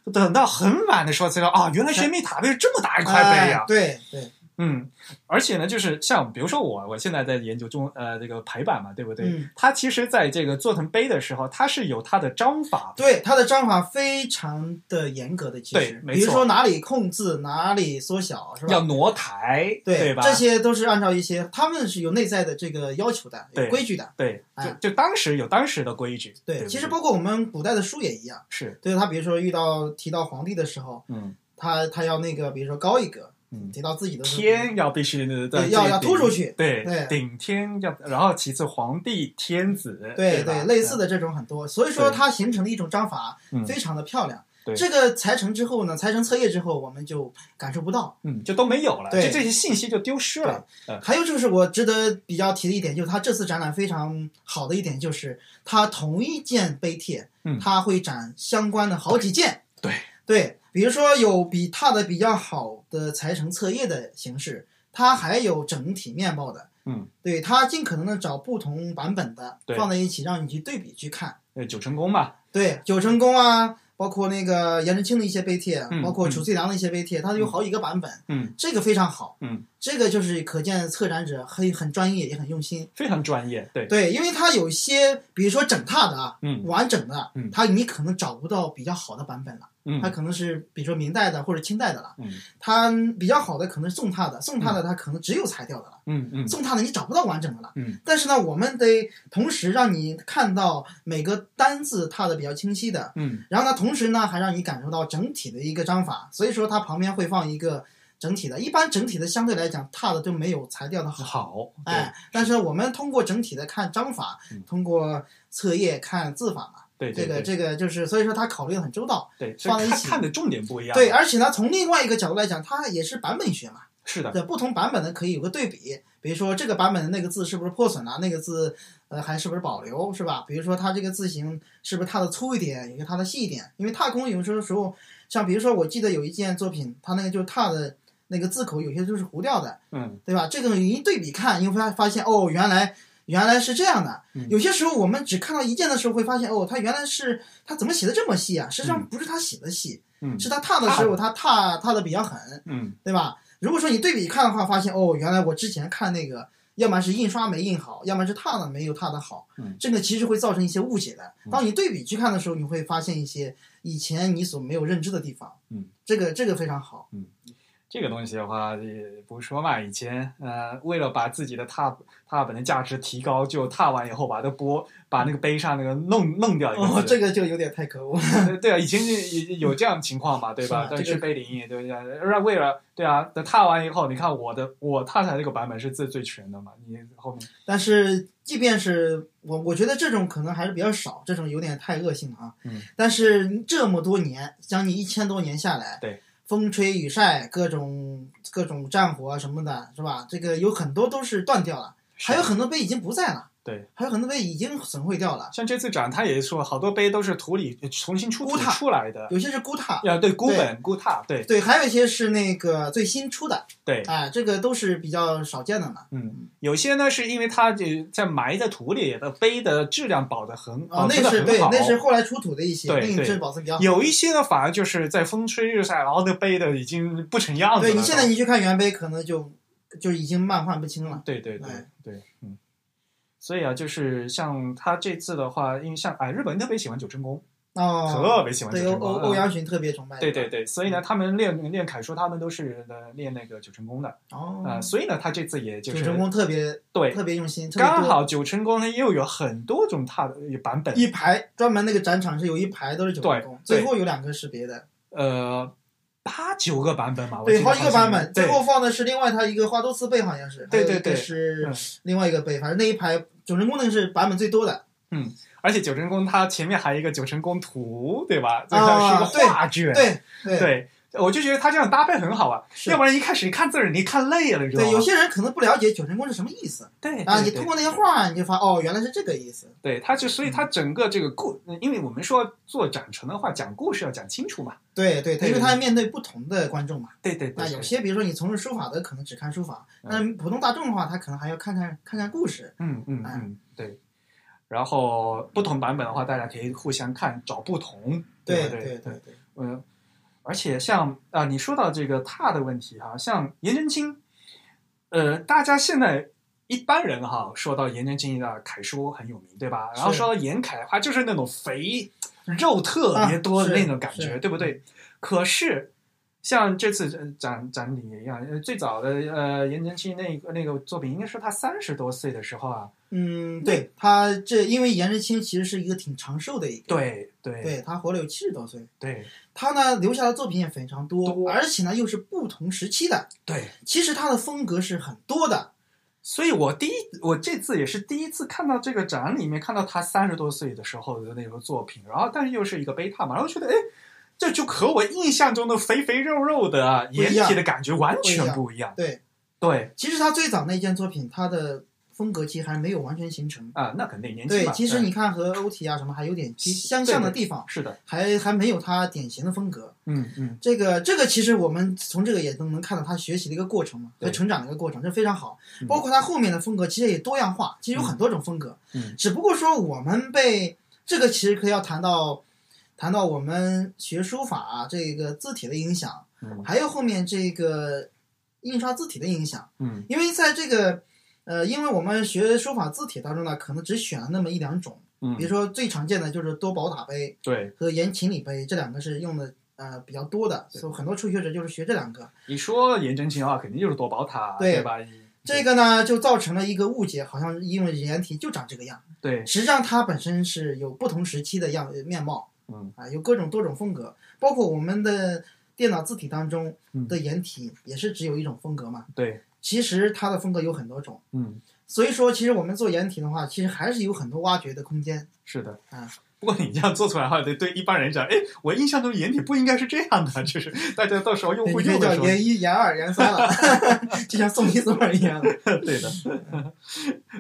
就等到很晚的时候才知道啊，原来玄秘塔是这么大一块碑呀、
哎对对，
嗯，而且呢，就是像比如说我，我现在在研究中呃这个排版嘛，对不对？
嗯
它其实在这个做成碑的时候，它是有它的章法。
对，它的章法非常的严格的，其
对
实，
没
比如
错
说哪里空字，哪里缩小，是
要
吧？
挪台，
对
吧？
这些都是按照一些他们是有内在的这个要求的，
对
有规矩的。
对，就
哎
就当时有当时的规矩。对不对，
其实包括我们古代的书也一样，
是，
对他比如说遇到提到皇帝的时候，
嗯
他他要那个比如说高一格，
嗯，
提到自己的时候
天要必须的在
对要
最
要
顶
突出去
对
对
顶天要，然后其次皇帝、天子，
对
对吧，
类似的这种很多，所以说它形成了一种章法
嗯，
非常的漂亮
对。
这个裁成之后呢，裁成册页之后，我们就感受不到。
嗯，就都没有了，
对
就这些信息就丢失了。
还有就是我值得比较提的一点，就是它这次展览非常好的一点就是，它同一件碑帖
嗯，
它会展相关的好几件。
对
对，比如说有比拓的比较好的裁成册页的形式，它还有整体面貌的。
嗯，
对，它尽可能的找不同版本的
对
放在一起，让你去对比去看。
呃，九成宫嘛，
对，九成宫啊，包括那个颜真卿的一些碑帖，啊
嗯
包括褚遂良的一些碑帖，它有好几个版本，
嗯，
这个非常好，
嗯，
这个就是可见策展者很很专业，也很用心。
非常专业。对，
对，因为它有些，比如说整拓的啊，
嗯
完整的
嗯，
它你可能找不到比较好的版本了，
嗯
它可能是比如说明代的或者清代的了，
嗯
它比较好的可能是宋拓的，宋拓的它可能只有裁掉的了。
嗯嗯
送他的你找不到完整的了。
嗯，
但是呢，我们得同时让你看到每个单字踏的比较清晰的，
嗯
然后呢，同时呢还让你感受到整体的一个章法，所以说它旁边会放一个整体的，一般整体的相对来讲踏的都没有裁掉的好。
好， 对
哎，但是我们通过整体的看章法
嗯，
通过册页看字法嘛，
对
这
对
个
对
这个就是，所以说他考虑的很周到。
对，所
放在
以
一
看
起
看的重点不一样。
对，，而且呢，从另外一个角度来讲，它也是版本学嘛，
是的，
对，不同版本的可以有个对比，比如说这个版本的那个字是不是破损了、那个字呃还是不是保留，是吧？比如说它这个字形是不是踏的粗一点，有个踏的细一点，因为踏工有时候时候，像比如说我记得有一件作品，它那个就是踏的那个字口有些就是糊掉的，
嗯
对吧？这个你一对比看，你会发发现哦，原来。原来是这样的
嗯，
有些时候我们只看到一件的时候，会发现哦，它原来是它怎么写的这么细啊？实际上不是他写的细，
嗯
是他踏的时候他踏踏的比较狠，
嗯
对吧？如果说你对比看的话，发现哦，原来我之前看那个，要么是印刷没印好，要么是拓的没有拓的好，
嗯
这个其实会造成一些误解的。当你对比去看的时候，你会发现一些以前你所没有认知的地方，
嗯，
这个这个非常好，
这个东西的话，也不是说嘛，以前呃，为了把自己的踏踏本的价值提高，就踏完以后把它剥，把那个碑上那个弄弄掉一个字。
哦，这个就有点太可恶了，
呃 对啊，以前就有有这样的情况嘛，对吧？
是啊
但
的这
是
个
碑林也对呀，让为了对啊，等踏完以后，你看我的我踏出来这个版本是字最全的嘛，你后面
但是即便是我，我觉得这种可能还是比较少，这种有点太恶性了啊。
嗯。
但是这么多年，将近一千多年下来，
对，
风吹雨晒，各种各种战火啊什么的，是吧？这个有很多都是断掉了，
是
还有很多碑已经不在了，
对，
还有很多碑已经损毁掉了，
像这次展，他也说好多碑都是土里重新出土
孤踏
出来的，
有些是孤拓，
呀，对，孤本孤踏，对
对，还有一些是那个最新出的，
对，
哎，这个都是比较少见的嘛。
嗯，有些呢是因为它这在埋在土里的碑的质量保的很，
啊、
保
那
存得
是对
哦很，好。
那是后来出土的一些，
对
那
对
个是保存比较好。
有一些呢，反而就是在风吹日晒，然后那碑的已经不成样子了。
对你现在你去看原碑，可能就就已经漫画不清了。
对对对
哎
对，嗯。所以啊，就是像他这次的话，因为像哎，日本人特别喜欢九成宫，
哦，
特别喜欢九
对欧
成宫
欧
啊。
欧嗯阳询特别崇拜，
对对
对
对，
吧，
所以呢，他们练练楷书，他们都是呃练那个九成宫的
哦，
啊、所以呢，他这次也就
九
是
成宫特别
对，
特别用心，特别
刚
多
好九成宫呢又有很多种踏的版本，
一排专门那个展场是有一排都是九成宫，
对
最后有两个是别的，
呃八九个版本吧，我
对，
记得
好几个版本，
像
最
是
后放的是另外它一个花多次贝，好像是，
对对
还有一个
对
是
嗯
另外一个贝，反正那一排九成宫那个是版本最多的，
而且九成宫它前面还有一个九成宫图，对吧？所以它是
啊
一个画卷，
对对
对我就觉得它这样搭配很好啊，
是
要不然一开始你看字儿你看累了，你知道
对，有
吗？
些人可能不了解九成宫是什么意思
对
啊，
对
你
对
通过那嗯些画你就发哦，原来是这个意思，
对它就所以它整个这个故，因为我们说做展陈的话，讲故事要讲清楚嘛。
对对，
对
因
对
为他
对
面对不同的观众嘛。
对对对
那，有些，比如说你从事书法的，可能只看书法；
嗯
那普通大众的话，他可能还要看看看看故事。
嗯嗯
哎
嗯，对。然后不同版本的话，大家可以互相看，找不同，
对
不对
对对，
嗯，而且像啊、你说到这个踏的问题哈、像颜真卿，呃，大家现在一般人哈、说到颜真卿的楷书很有名，对吧？然后
是
说到颜楷的话，就是那种肥肉特别多的那种感觉，
啊是
对不对？可是。像这次呃展展里一样，呃最早的呃颜真卿那个那个作品，应该是他三十多岁的时候啊。
嗯，对他这，因为颜真卿其实是一个挺长寿的一个，
对对
对他活了有七十多岁，
对
他呢留下的作品也非常多，
多
而且呢又是不同时期的，
对，
其实他的风格是很多的，
所以我第一，我这次也是第一次看到这个展里面看到他三十多岁的时候的那个作品，然后但是又是一个贝塔嘛，然后觉得哎，这就和我印象中的肥肥肉肉的啊
不一
掩
样
体的感觉完全不一样。
对，
对
其实他最早那件作品，他的风格其实还没有完全形成。
啊、那肯定年轻
对
嘛。，
其实
嗯
你看和欧体啊什么还有点相像的地方，
是的，
还还没有他典型的风格。
嗯嗯，
这个这个其实我们从这个也都能看到他学习的一个过程嘛，
对
和成长的一个过程，这非常好
嗯。
包括他后面的风格其实也多样化，其实有很多种风格，
嗯
只不过说我们被这个其实可以要谈到谈到我们学书法、啊这个字体的影响，
嗯
还有后面这个印刷字体的影响，
嗯，
因为在这个呃，因为我们学书法字体当中呢，可能只选了那么一两种，
嗯
比如说最常见的就是多宝塔碑，
对，
和颜琴礼碑这两个是用的呃比较多的，
对
所以很多初学者就是学这两个。
一说颜真卿的话，肯定就是多宝塔，
对
对吧？
这个呢就造成了一个误解，好像因为颜体就长这个样，
对，
实际上它本身是有不同时期的样呃面貌
嗯
啊，有各种多种风格，包括我们的电脑字体当中
嗯
的颜体也是只有一种风格嘛，
对，
其实它的风格有很多种，
嗯，
所以说其实我们做颜体的话，其实还是有很多挖掘的空间。
是的。
啊
不过你这样做出来的话，对对一般人讲，哎，我印象中颜体不应该是这样的，就是大家到时候用
你
户
可以
用的
叫
时候，
颜一、颜二、颜三了， 就像宋一、宋二一 样的。
对的，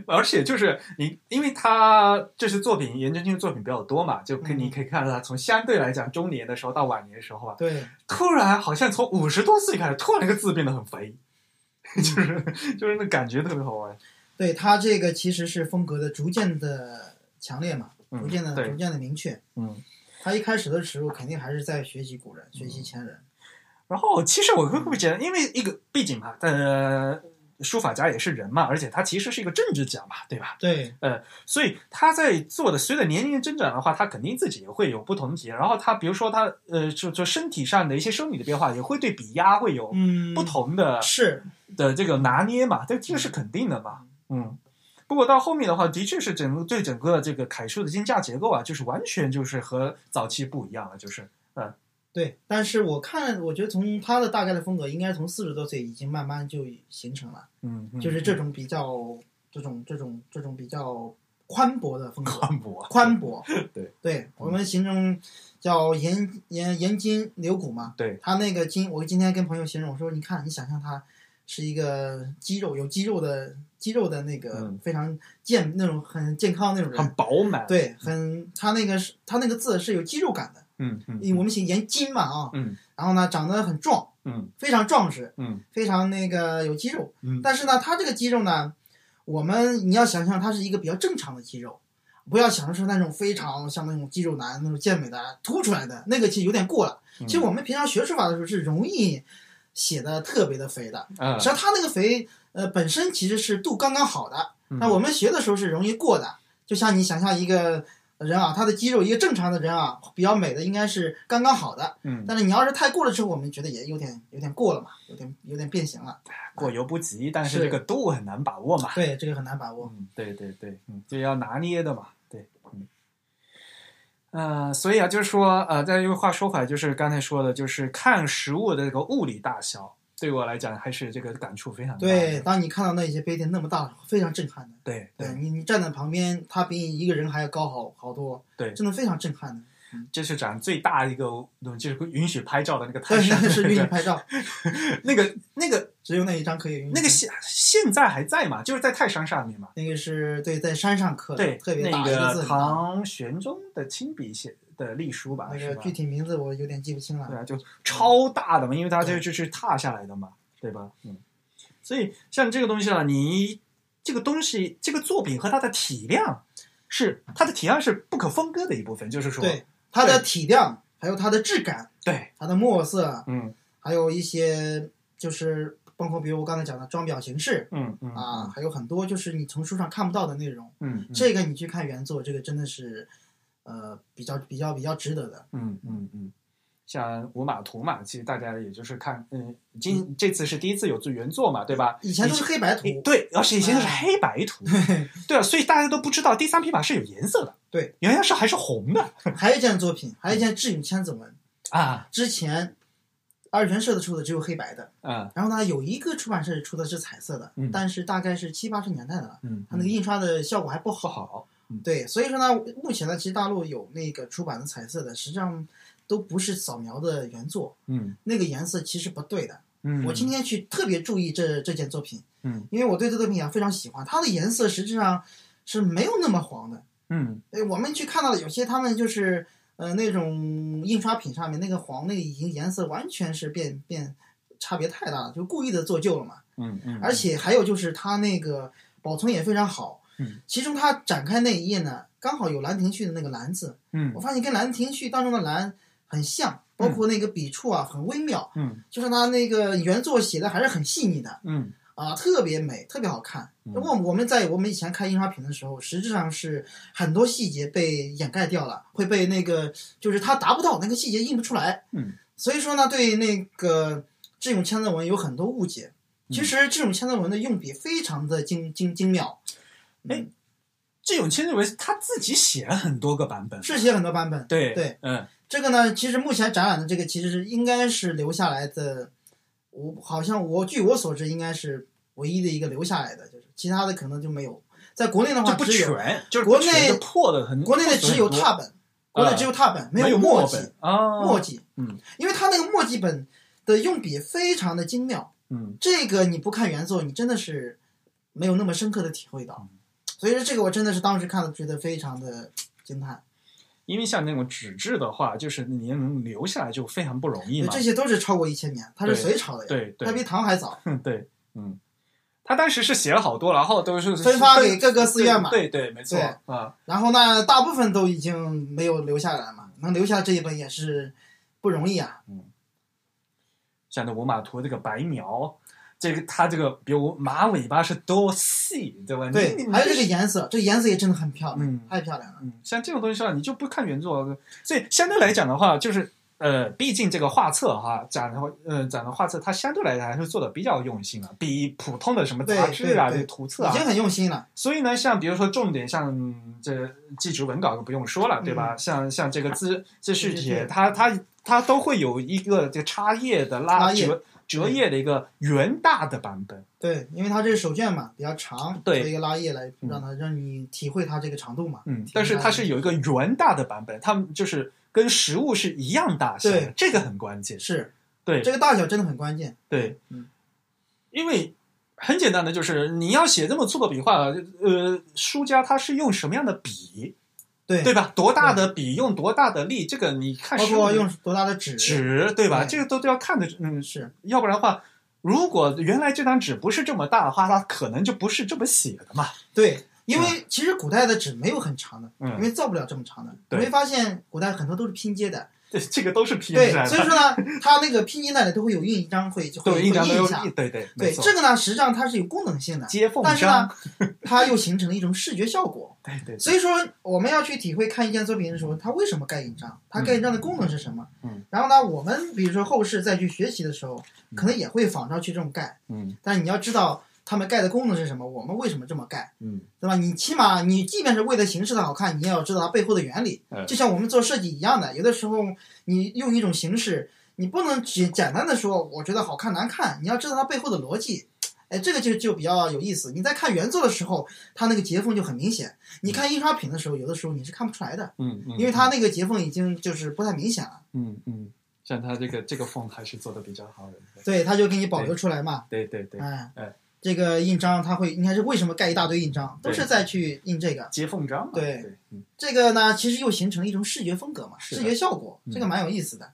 而且就是你，因为他这是作品，颜真卿的作品比较多嘛，就可以
嗯
你可以看到他从相对来讲中年的时候到晚年的时候啊，
对，
突然好像从五十多岁开始，突然那个字变得很肥， 就是就是那感觉特别好玩。
对它这个其实是风格的逐渐的强烈嘛，
嗯
逐渐的、
对
逐渐的明确。
嗯，
他一开始的时候肯定还是在学习古人，学习前人。
然后其实我会不会觉得，因为一个毕竟嘛，呃，书法家也是人嘛，而且他其实是一个政治家嘛，对吧？
对
所以他在做的，随着年龄增长的话，他肯定自己也会有不同级。然后他比如说他呃，就就身体上的一些生理的变化，也会对笔压会有
嗯
不同的、
是
的这个拿捏嘛，这这个是肯定的嘛，嗯。不过到后面的话，的确是整个对整个这个楷书的金价结构啊，就是完全就是和早期不一样了，就是
对，但是我看，我觉得从他的大概的风格，应该从四十多岁已经慢慢就形成了，
嗯，嗯
就是这种比较这种这种这种比较宽博的 风格，
宽博啊，
宽博。
对
对，我们形容叫严严严金柳骨嘛。
对，
他那个筋，我今天跟朋友形容，我说你看，你想象它是一个肌肉有肌肉的肌肉的那个
嗯
非常健、那种很健康的那种
很
人。
饱满，，
对，很他那个是他那个字是有肌肉感的，
嗯嗯
因为我们写严金嘛啊，
嗯
然后呢长得很壮，
嗯
非常壮实，
嗯
非常那个有肌肉。
嗯，
但是呢，它这个肌肉呢，我们你要想象它是一个比较正常的肌肉，不要想着说那种非常像那种肌肉男那种健美的凸出来的那个，其实有点过了。
嗯
其实我们平常学书法的时候是容易写的特别的肥的，
啊
实际，上它那个肥，呃，本身其实是度刚刚好的。
嗯
那我们学的时候是容易过的，就像你想象一个人啊，他的肌肉一个正常的人啊，比较美的应该是刚刚好的。
嗯
但是你要是太过了之后，我们觉得也有点有点过了嘛，有点有点变形了。
过犹不及，但是
是
这个度很难把握嘛，
对，这个很难把握。
嗯，对对对，嗯，这要拿捏的嘛，对，嗯，呃，所以啊，就是说，呃，再用话说回来，就是刚才说的，就是看食物的这个物理大小，对我来讲还是这个感触非常大
对，
的。
当你看到那些杯垫那么大，非常震撼的。
对
对
对，
你，你站在旁边，他比你一个人还要高好好多。
对
真的非常震撼的。
这是展最大一个，嗯就是允许拍照的那个台
但是
上
那
的
个是
那
允许
个
拍照，
那个那个
只有那一张可以允许。
那个现现在还在嘛？就是在泰山上面嘛。
那个是对，在山上刻的，
对，
呃特别大
那
一个
个
字很大。
唐玄宗的亲笔写的隶书吧，
那
是
个
吧
具？体名字我有点记不清
对
了。
啊，就超大的嘛，因为它就
嗯对
就是踏下来的嘛，对吧？嗯，所以像这个东西啊，你这个东西这个作品和它的体量是它的体量是不可分割的一部分，就是说，
对它的体量，还有它的质感，
对
它的墨色，
嗯
还有一些就是包括比如我刚才讲的装裱形式
嗯嗯
啊，还有很多就是你从书上看不到的内容。
嗯
这个你去看原作，这个真的是呃比较比较比较值得的。
嗯嗯嗯，像五马图嘛，其实大家也就是看，嗯，今这次是第一次有做原作嘛，对吧？
以前都是黑白
诶
图，
对，而且以前都是
哎
黑白 图，对啊，所以大家都不知道第三匹马是有颜色的，
对，
原来是还是红的
还有一件作品，还有一件《智与千子文》，
啊，
之前二泉社的出的只有黑白的，
嗯
然后呢有一个出版社出的是彩色的，
嗯
但是大概是七八十年代的了，
嗯，
它那个印刷的效果还不
不
好。
好，
对，所以说呢，目前呢，其实大陆有那个出版的彩色的，实际上都不是扫描的原作，
嗯
那个颜色其实不对的。
嗯，
我今天去特别注意这这件作品，
嗯，
因为我对这作品啊非常喜欢，它的颜色实际上是没有那么黄的。
嗯
哎，我们去看到的有些他们就是呃那种印刷品上面那个黄那个已经颜色完全是变变差别太大了，就故意的做旧了嘛。
嗯嗯，
而且还有就是它那个保存也非常好，
嗯，
其中它展开那一页呢，刚好有兰亭序的那个兰字，
嗯
我发现跟兰亭序当中的兰很像，包括那个笔触啊很微妙，
嗯
就是它那个原作写的还是很细腻的，
嗯
啊，特别美，特别好看。
嗯
那么我们在我们以前看印刷品的时候，实质上是很多细节被掩盖掉了，会被那个就是它达不到那个细节印不出来。
嗯，
所以说呢，对那个这种千字文有很多误解。
嗯
其实这种千字文的用笔非常的精精精妙，
哎，这种千字文他自己写了很多个版本，
是写很多版本。
对
对，
嗯
这个呢，其实目前展览的这个其实是应该是留下来的，我好像我据我所知应该是唯一的一个留下来的，就是其他的可能就没有。在国内的话，
就不
只有
全，就是
国
不全
内
就破的很，
国内的只有
破损很多啊
拓本，国内只有拓本，没
有
墨迹。
本啊，
墨迹，
嗯，
因为它那个墨迹本的用笔非常的精妙，
嗯
这个你不看原作，你真的是没有那么深刻的体会到。
嗯
所以说，这个我真的是当时看了觉得非常的惊叹。，
因为像那种纸质的话，就是你能留下来就非常不容易嘛
这。些都是超过一千年，它是
对
隋朝的呀，
对
它比
对，
唐还早，
嗯 对，嗯，他当时是写了好多，然后都是
分发给各个寺院嘛。
对对，没错
对
啊，
然后呢，大部分都已经没有留下来嘛，能留下这一本也是不容易啊。
像那五马图这个白描。这个它这个，比如马尾巴是多细，对吧？
对
你，
还有这个，颜色，这个颜色也真的很漂亮，
嗯
太漂亮了。
嗯，像这种东西上，你就不看原作，所以相对来讲的话，就是呃，毕竟这个画册哈，展的话呃展的画册，它相对来讲还是做的比较用心了，比普通的什么杂
对
志啊、
对
这
对
个图册啊
已，经很用心了。
所以呢，像比如说重点，像这祭侄文稿就不用说了，对吧？像像这个资资序帖，
嗯对
它它它都会有一个这个插页的拉
拉页
折折页的一个圆大的版本。
对，因为它这是手卷嘛，比较长，
对
做一个拉页来
嗯
让它让你体会它这个长度嘛。
嗯，但是它是有一个圆大的版本，它们就是跟实物是一样大小的
对，
这个很关键。
是，
对
这个大小真的很关键。
对
嗯，
因为。很简单的，就是你要写这么粗的笔画，呃，书家他是用什么样的笔，
对，
对吧？多大的笔，用多大的力，这个你看
包
书
括用多大的纸，
纸，对吧？
对
这个都都要看的，嗯，
是
要不然的话，如果原来这张纸不是这么大的话，它可能就不是这么写的嘛。
对，因为其实古代的纸没有很长的，因
啊嗯，
为造不了这么长的。
对
你会发现古代很多都是拼接的，
这这个都是拼
对
出来，
所以
的，
说呢，它那个拼接那里都会有印一张会就会
对，印章
会
都
印
有
一下。，
对对，没
对，
错
这，个呢，实际上它是有功能性的，
接缝
但是呢
章，，
它又形成了一种视觉效果。
对对，
所以说，我们要去体会看一件作品的时候，它为什么盖印章，它盖印章的功能是什么。
嗯。
然后呢，我们比如说后世再去学习的时候，可能也会仿照去这么盖，
嗯
但你要知道他们盖的功能是什么，我们为什么这么盖，
嗯
对吧？你起码你即便是为了形式的好看，你也要知道它背后的原理
嗯。
就像我们做设计一样的，有的时候你用一种形式，你不能简简单的说我觉得好看难看，你要知道它背后的逻辑。哎，这个就就比较有意思。你在看原作的时候，它那个结缝就很明显；你看印刷品的时候，有的时候你是看不出来的，
嗯，嗯
因为它那个结缝已经就是不太明显了。
嗯嗯，像它这个这个缝还是做的比较好的，
对，它就给你保留出来嘛。
对对对，
哎
哎，
这个印章它会，你看是为什么盖一大堆印章，都
对
是在去印这个。
接缝章嘛，
对
对，嗯
这个呢，其实又形成一种视觉风格嘛，
是
视
的
觉效果
嗯，
这个蛮有意思的。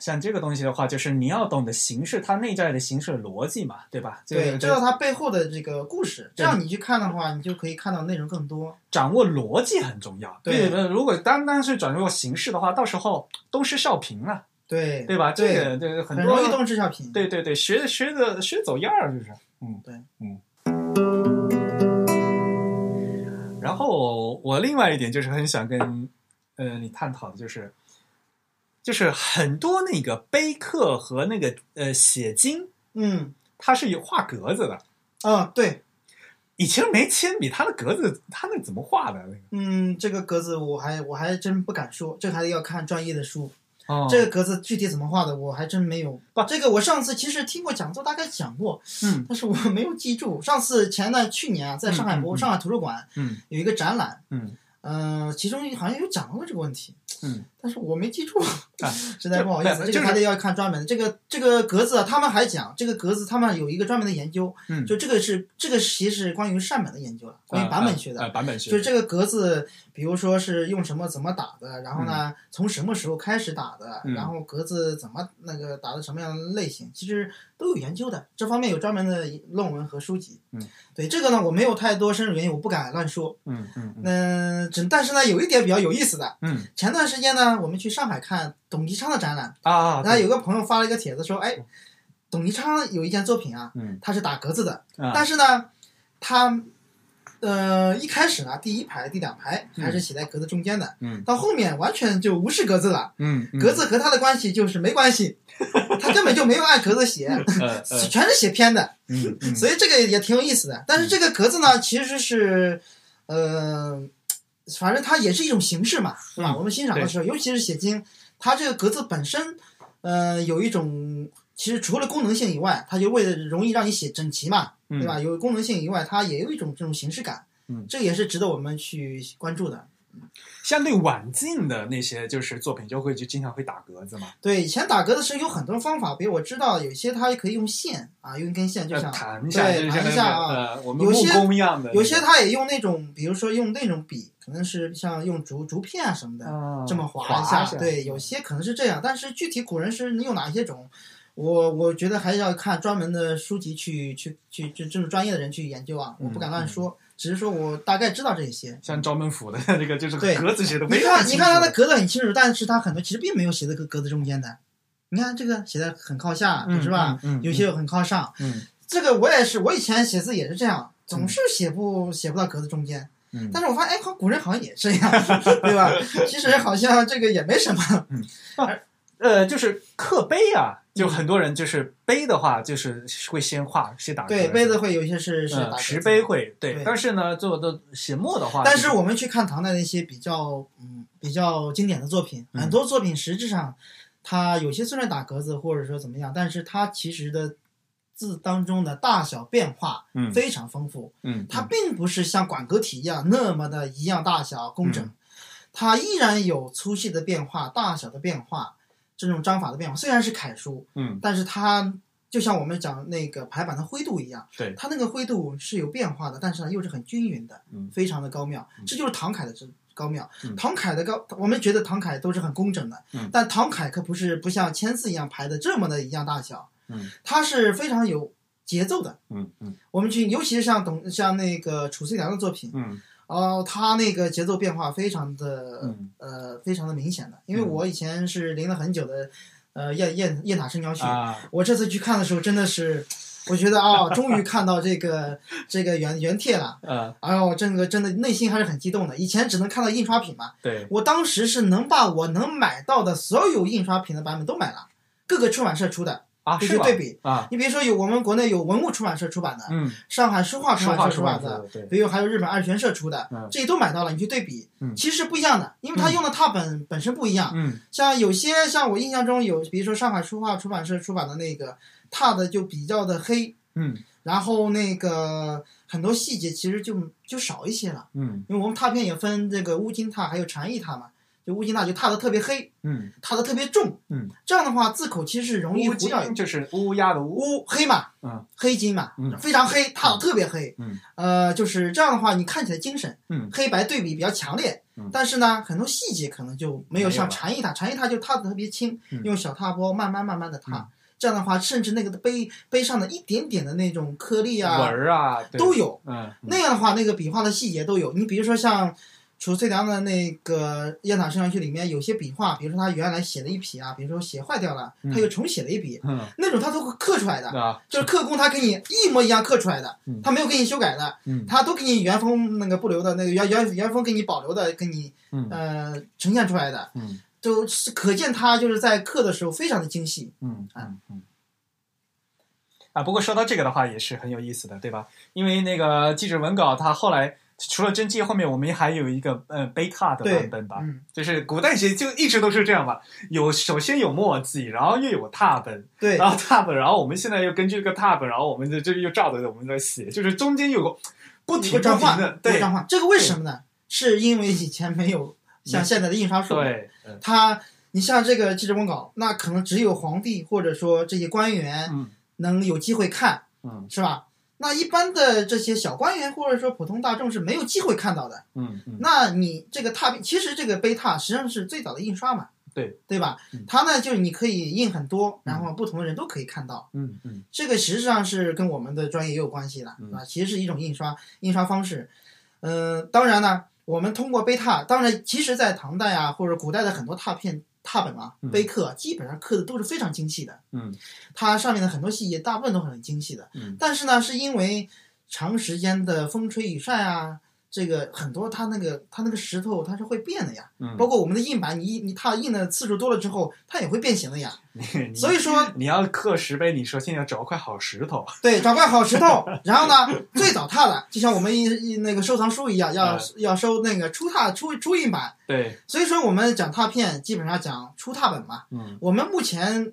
像这个东西的话，就是你要懂得形式，它内在的形式逻辑嘛，对吧？这
对，
个
知道它背后的这个故事，这样你去看的话，你就可以看到内容更多。
掌握逻辑很重要。
对
对，如果单单是掌握形式的话，到时候东施效颦了，
对，
对吧？
对
这个对很
很
多
容易动智效颦。
对对对，学着学着学走样儿，就是，嗯，
对，
嗯。然后我另外一点就是很想跟呃你探讨的就是，就是很多那个碑刻和那个呃写经，
嗯，
它是有画格子的。
啊，对，
以前没铅笔，它的格子它那怎么画的？那个
嗯，这个格子我还我还真不敢说，这个还得要看专业的书。
哦
这个格子具体怎么画的，我还真没有。
不
这个我上次其实听过讲座，大概讲过，
嗯
但是我没有记住。上次前段去年啊，在上海
嗯
博物、
嗯嗯
上海图书馆
嗯
有一个展览，
嗯
嗯、其中好像有讲过这个问题，
嗯
但是我没记住，
啊
实在不好意思，
不
这
就是
个还得要看专门的。这个这个格子啊，他们还讲这个格子，他们有一个专门的研究，
嗯，
就这个是这个其实是关于扇门的研究了，关于版本学的。
呃呃版本学
就是这个格子，比如说是用什么怎么打的，然后呢，从什么时候开始打的，
嗯
然后格子怎么那个打的什么样的类型，其实都有研究的，这方面有专门的论文和书籍。
嗯，
对这个呢，我没有太多深入研究，我不敢乱说。
嗯嗯嗯
那只但是呢，有一点比较有意思的，
嗯
前段时间呢，我们去上海看董其昌的展览，
啊，
然后有个朋友发了一个帖子说，哎，董其昌有一件作品啊，
嗯
他是打格子的，
啊
但是呢，他呃一开始呢，第一排、第两排还是写在格子中间的，
嗯
到后面完全就无视格子了，
嗯嗯
格子和他的关系就是没关系， 他根本就没有按格子写，
呃呃
全 是写偏的，
嗯嗯
所以这个也挺有意思的。但是这个格子呢，其实是呃，反正它也是一种形式嘛，是吧？
嗯
我们欣赏的时候，尤其是写经，它这个格子本身，呃，有一种。其实除了功能性以外，它就为了容易让你写整齐嘛，
嗯
对吧？有功能性以外，它也有一种这种形式感，
嗯
这也是值得我们去关注的。
相对晚近的那些就是作品，就会就经常会打格子嘛，
对，以前打嗝的时候有很多方法，比如我知道有些它可以用线啊，用一根线，就
要
像
呃弹一下，
对
就是像
弹一
那
下
个
啊
呃，我们
有
木
些
工一样的，啊
有些它也用那种，比如说用那种笔，可能是像用竹竹片啊什么的，
啊
这么
划
划一下。对，有些可能是这样，但是具体古人是有哪些种，我我觉得还要看专门的书籍去去去这这种专业的人去研究啊，我
嗯
不敢乱说，只是说我大概知道这些。
像赵孟俯的这个就是
对
格子写的
你
非常
看，
清
你
楚，
看它的格子很清楚，但是它很多其实并没有写在格格子中间的。你看这个写的很靠下，
嗯
是吧？
嗯嗯
有些很靠上。
嗯
这个我也是，我以前写字也是这样，总是写不、写不到格子中间。
嗯
但是我发现，哎，好古人好像也这样，对吧？其实好像这个也没 什么。
呃，就是刻碑啊，就很多人就是碑的话，就是会先画先打格
对，杯子会有一些是是打
呃
格
石
子
碑。会对
对，
但是呢，做的写墨的话，
但
就是
我们去看唐代的一些比较嗯比较经典的作品，
嗯
很多作品实质上它有些虽然打格子或者说怎么样，但是它其实的字当中的大小变化
嗯
非常丰富，
嗯
它并不是像管格体一样那么的一样大小工
嗯
整，它依然有粗细的变化、大小的变化，这种章法的变化。虽然是楷书，
嗯
但是它就像我们讲那个排版的灰度一样，
对
它那个灰度是有变化的，但是呢又是很均匀的，
嗯
非常的高妙。这就是唐楷的之高妙。
嗯
唐楷的高，我们觉得唐楷都是很工整的，
嗯
但唐楷可不是不像签字一样排的这么的一样大小，
嗯
它是非常有节奏的。
嗯嗯
我们去，尤其是像董像那个褚遂良的作品，
嗯
哦，他那个节奏变化非常的、
嗯
呃非常的明显的，因为
嗯
我以前是临了很久的，呃雁雁雁塔生鸟曲，
啊
我这次去看的时候真的是，我觉得啊、终于看到这个这个原原帖了。
呃
哎呦，这个真的内心还是很激动的。以前只能看到印刷品嘛，
对
我当时是能把我能买到的所有印刷品的版本都买了，各个出版社出的。
啊
就是
吧
对比
啊
你比如说有我们国内有文物出版社出版的，
嗯
上海书画出
说
版
话
社出
说话
版
说
的，
的对
比如还有日本二泉社出的
嗯，
这些都买到了，你去对比
嗯，
其实不一样的，因为它用的拓本本身不一样。
嗯
像有些像我印象中有，比如说上海书画出版社出版的那个拓的就比较的黑，
嗯
然后那个很多细节其实就就少一些了，
嗯
因为我们拓片也分这个乌金拓还有禅意拓嘛，就乌金拓就拓的特别黑，
嗯
拓的特别重，
嗯。
这样的话字口其实是容易
乌
糊掉一
金
点
就是乌鸦的乌，
乌黑嘛，
嗯，
黑金嘛，
嗯
非常黑，烫得特别黑，
嗯，
呃，就是这样的话，你看起来精神，
嗯
黑白对比比较强烈，
嗯
但是呢，很多细节可能就
没
没有
有
像
了
禅意踏，禅意踏就踏的特别轻，
嗯
用小踏包慢慢慢慢的踏，这样的话，甚至那个碑碑上的一点点的那种颗粒
纹
啊
儿啊，对
都有，
嗯，嗯
那样的话，那个笔画的细节都有。你比如说像褚遂良的那个《雁塔生涯序》里面有些笔画，比如说他原来写了一笔啊，比如说写坏掉了，
嗯
他又重写了一笔，
嗯
那种他都会刻出来的，
啊，
就是刻工他给你一模一样刻出来的
嗯，
他没有给你修改的，
嗯
他都给你原封那个不留的那个原原原封给你保留的，给你
嗯
呃呈现出来的，
嗯
就是可见他就是在刻的时候非常的精细。
嗯嗯嗯。啊，不过说到这个的话，也是很有意思的，对吧？因为那个记者文稿，它后来除了真迹，后面我们还有一个呃贝塔的
对
版本吧，
嗯，
就是古代学就一直都是这样吧，有首先有墨迹，然后又有拓本，
对
然后拓本，然后我们现在又根据这个拓本，然后我们就这又照着我们在写，就是中间有个不停
有
不
张
停
画，
的，
有
对嗯
张画，这个为什么呢？是因为以前没有像现在的印刷术，
对，嗯
他，你像这个记者文稿，那可能只有皇帝或者说这些官员
嗯
能有机会看，
嗯
是吧？那一般的这些小官员或者说普通大众是没有机会看到的。
嗯嗯，
那你这个拓片，其实这个碑拓实际上是最早的印刷嘛，
对
对吧
嗯？
它呢就是你可以印很多，然后不同的人都可以看到。
嗯嗯
这个实际上是跟我们的专业也有关系了，
嗯
啊，其实是一种印刷印刷方式。呃，当然呢，我们通过碑拓，当然，其实，在唐代啊或者古代的很多拓片、拓本啊
嗯、
碑刻啊，基本上刻的都是非常精细的，
嗯
它上面的很多细节大部分都很精细的。
嗯
但是呢，是因为长时间的风吹雨晒啊，这个很多它那个它那个石头它是会变的呀，
嗯，
包括我们的印版，你印你拓印的次数多了之后，它也会变形的呀。
你
所以说，
你要刻石碑，你首先要找块好石头，
对，找块好石头，然后呢，最早拓的，就像我们一一那个收藏书一样，要、
嗯
要收那个初拓初初印版。
对，
所以说，我们讲拓片，基本上讲初拓本嘛。
嗯
我们目前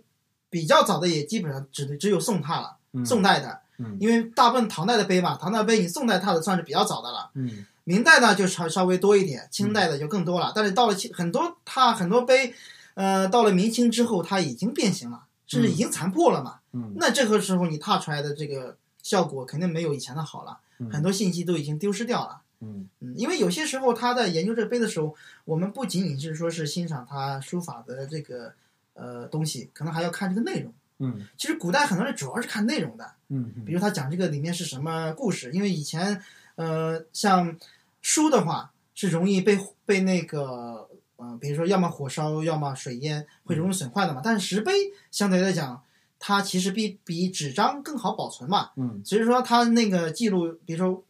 比较早的也基本上只只有宋拓了，
嗯
宋代的，
嗯
因为大部分唐代的碑嘛，唐代碑你宋代拓的算是比较早的了。
嗯
明代呢就稍稍微多一点，清代的就更多了。但是到了清很多它很多碑，呃，到了明清之后，它已经变形了，甚至已经残破了嘛。
嗯
那这个时候你踏出来的这个效果肯定没有以前的好了，
嗯
很多信息都已经丢失掉了。
嗯
嗯，因为有些时候他在研究这个碑的时候，我们不仅仅是说是欣赏他书法的这个呃东西，可能还要看这个内容。
嗯
其实古代很多人主要是看内容的，
嗯
比如他讲这个里面是什么故事，因为以前呃像书的话是容易被被那个呃比如说要么火烧，要么水淹，会
嗯
容易损坏的嘛。但是石碑相对来讲，它其实比比纸张更好保存嘛，
嗯
所以说它那个记录，比如说。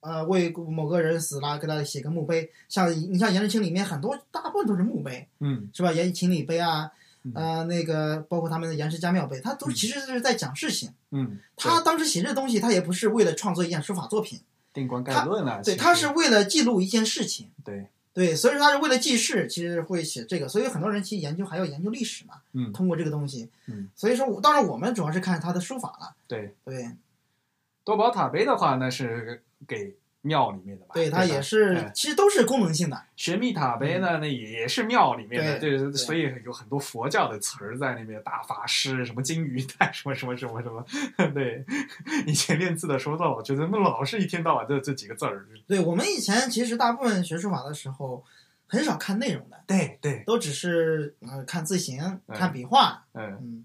呃，为某个人死了，给他写个墓碑，像你像颜真卿里面很多大部分都是墓碑，
嗯
是吧？颜秦礼碑啊
嗯，
呃，那个包括他们的颜氏家庙碑，它都
嗯
其实是在讲事情。
嗯，
他当时写这东西，他也不是为了创作一件书法作品，
定观概论了，其
对，
实
他是为了记录一件事情，
对，
对，所以说他是为了记事，其实会写这个，所以很多人其实研究还要研究历史嘛，
嗯
通过这个东西，
嗯，
所以说我当然我们主要是看他的书法了，
对
对，
多宝塔碑的话，那是给庙里面的吧？
对他
吧
也
哎
是，其实都是功能性的，
玄秘塔碑呢，那也是庙里面的，
对
就是
对
所以有很多佛教的词儿在那边，大法师什么金鱼带什么什么什么什 么，对，以前练字的时候，我觉得怎么老是一天到晚就这几个字儿，
对我们以前其实大部分学书法的时候很少看内容的，
对对，
都只是呃看字形、
哎
看笔画，
嗯，
嗯，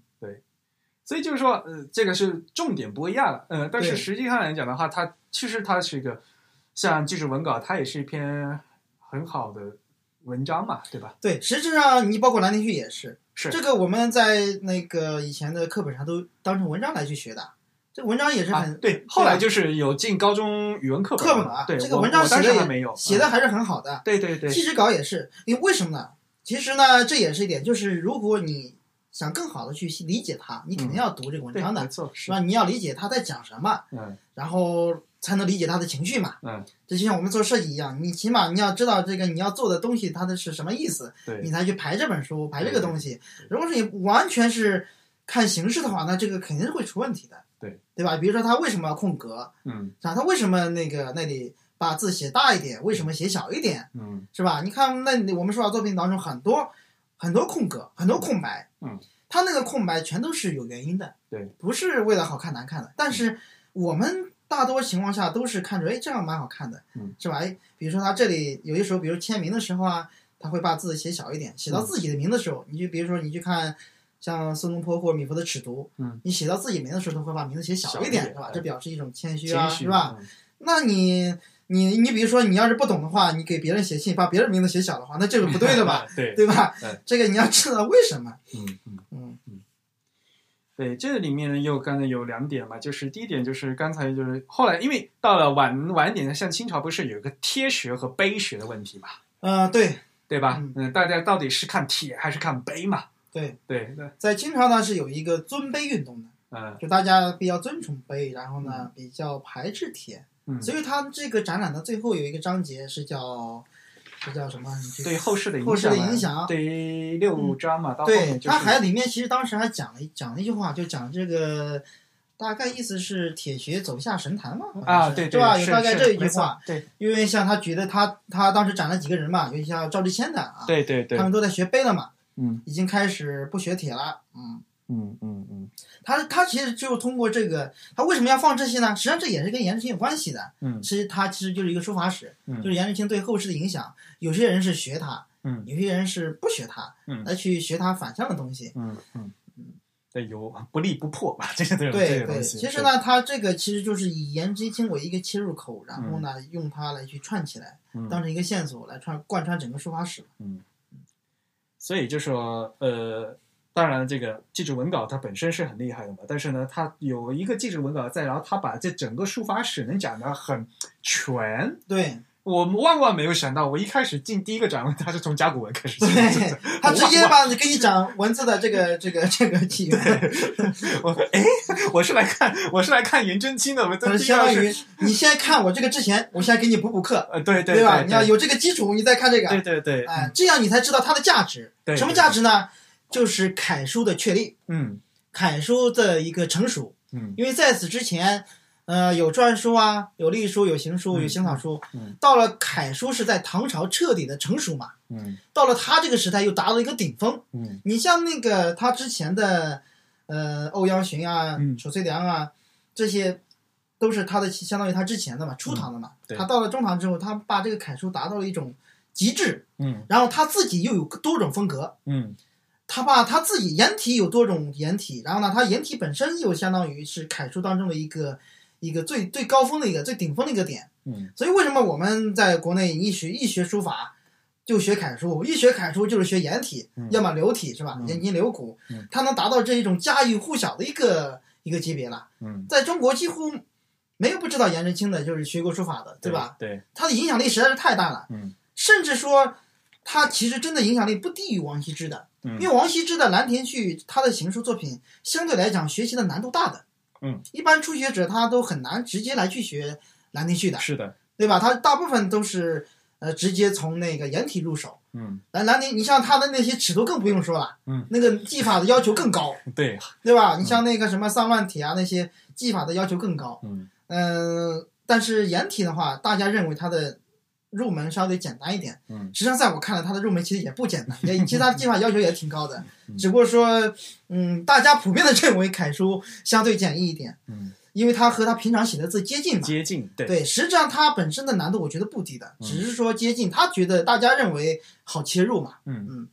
所以就是说，呃，这个是重点不一样了，嗯，但是
对
实际上来讲的话，它其实它是一个像技术文稿，它也是一篇很好的文章嘛，对吧？
对，实质上你包括《兰亭序》也是，
是
这个我们在那个以前的课本上都当成文章来去学的，这文章也是
啊
很、，
对，后来就是有进高中语文课本
课本
了
啊，
对，
这个
我
文章
我
写
当时
的
还
也
没有
写的，还是很好的
嗯，对对对，
记事稿也是，因为为什么呢？其实呢，这也是一点，就是如果你想更好的去理解它，你肯定要读这个
嗯
文
对，
章的，
没错，
是
是，
吧？你要理解他在讲什么，
嗯
然后才能理解他的情绪嘛。
嗯，
这就像我们做设计一样，你起码你要知道这个你要做的东西它的是什么意思，
对，
你才去排这本书，排这个东西
对对。
如果是你完全是看形式的话，那这个肯定是会出问题的，
对
对吧？比如说他为什么要空格，
嗯
是吧？他为什么那个那里把字写大一点，为什么写小一点，
嗯
是吧？你看那你我们书法作品当中很多很多空格，很多空白，
嗯，
他那个空白全都是有原因的，
对，
不是为了好看难看的。但是我们大多情况下都是看着，哎，这样蛮好看的，
嗯
是吧？哎，比如说他这里有些时候，比如签名的时候啊，他会把字写小一点，写
嗯
到自己的名的时候，你就比如说你去看像苏东坡或者米芾的《尺牍》，
嗯，
你写到自己名的时候，他会把名字写小
小一
一点，
点
是吧
哎？
这表示一种谦虚啊，
谦虚
是吧？？
嗯
那你你你比如说，你要是不懂的话，你给别人写信，把别人名字写小的话，那这个不对 的吧？？
对，
对吧
嗯？
这个你要知道为什么。
嗯嗯。
嗯
对，这里面呢又刚才有两点嘛，就是第一点就是刚才就是后来，因为到了晚晚一点，像清朝不是有一个贴学和碑学的问题嘛，
呃，对
对吧？
嗯
嗯，大家到底是看帖还是看碑嘛？
对，
对，那
在清朝呢是有一个尊卑运动的，
嗯
就大家比较尊崇碑，然后呢比较排斥铁，
嗯，
所以它这个展览的最后有一个章节是叫是叫什么？你这个
对后世的影响，
后世的影响
对于六章嘛，到后
对，
面就是
它还里面其实当时还讲了一讲了一句话，就讲这个。大概意思是铁学走下神坛嘛？好像
啊，
是
对
对吧？有
是
大概
是
这一句
没错
话，
对
因为像他举的他他当时展了几个人嘛，有像赵立谦的啊，
对对对
他，们都在学碑了嘛，
嗯
已经开始不学铁了。嗯，
嗯嗯嗯
他他其实就通过这个，他为什么要放这些呢？实际上这也是跟颜志清有关系的。
嗯
其实他其实就是一个书法史，
嗯
就是颜志清对后世的影响。有些人是学他，
嗯
有些人是不学他，
嗯
来去学他反向的东西。
嗯嗯，对，有不立不破吧，这个这个这
对
个
对，
东西，
其实呢，他这个其实就是以颜之清为一个切入口，然后呢，用它来去串起来，
嗯对，嗯
当成一个线索来串贯穿整个书法史。
所以就说，呃，当然这个记者文稿它本身是很厉害的嘛，但是呢，它有一个记者文稿在，然后它把这整个书法史能讲得很全。
对，
我万万没有想到，我一开始进第一个展位，它是从甲骨文开 始讲的。
对 他直接把你跟你讲文字的这个 这个这个 起 源，
我哎，我是来看，我是来看颜真卿的，我
就是
这
相当
第一个
于你先看我这个之前，我先给你补补课，
呃，对对
吧？
对，
你要有这个基础，你再看这
对
个，
对对，
哎，这样你才知道它的价值。
对
什么价值呢？就是楷书的确立，
嗯
楷书的一个成熟。
嗯
因为在此之前，呃，有篆书啊，有隶书，有行书，有行草书。
嗯
到了楷书是在唐朝彻底的成熟嘛，
嗯
到了他这个时代又达到一个顶峰。
嗯
你像那个他之前的，呃，欧阳询啊
嗯、
褚遂良啊，这些都是他的相当于他之前的嘛，初唐的嘛。
嗯对
他到了中唐之后，他把这个楷书达到了一种极致，
嗯
然后他自己又有多种风格，
嗯
他把他自己颜体有多种颜体，然后呢，他颜体本身又相当于是楷书当中的一个一个最最高峰的一个最顶峰的一个点。
嗯
所以为什么我们在国内一学一学书法就学楷书，一学楷书就是学颜体，
嗯
要么流体是吧？
嗯
颜筋柳骨
嗯，
它能达到这一种家喻户晓的一个一个级别了。
嗯，
在中国几乎没有不知道颜真卿的，就是学过书法的，对吧？？
对，
他的影响力实在是太大了，
嗯
甚至说他其实真的影响力不低于王羲之的，
嗯
因为王羲之的《兰亭序》他的行书作品相对来讲学习的难度大的，
嗯，
一般初学者他都很难直接来去学《兰亭序》的。
是的，
对吧？他大部分都是呃直接从那个颜体入手。
嗯
兰兰亭，你像他的那些尺度更不用说了，
嗯，
那个技法的要求更高，
对，
对吧？你像那个什么散乱体啊，那些技法的要求更高。
嗯
嗯、但是颜体的话，大家认为它的入门稍微简单一点，
嗯
实际上在我看来，它的入门其实也不简单，也 其实它技法要求也挺高的
嗯，
只不过说，嗯，大家普遍的认为楷书相对简易一点，
嗯，
因为它和他平常写的字接近嘛。
接近，对，
对，实际上它本身的难度我觉得不低的，
嗯
只是说接近他觉得大家认为好切入嘛。
嗯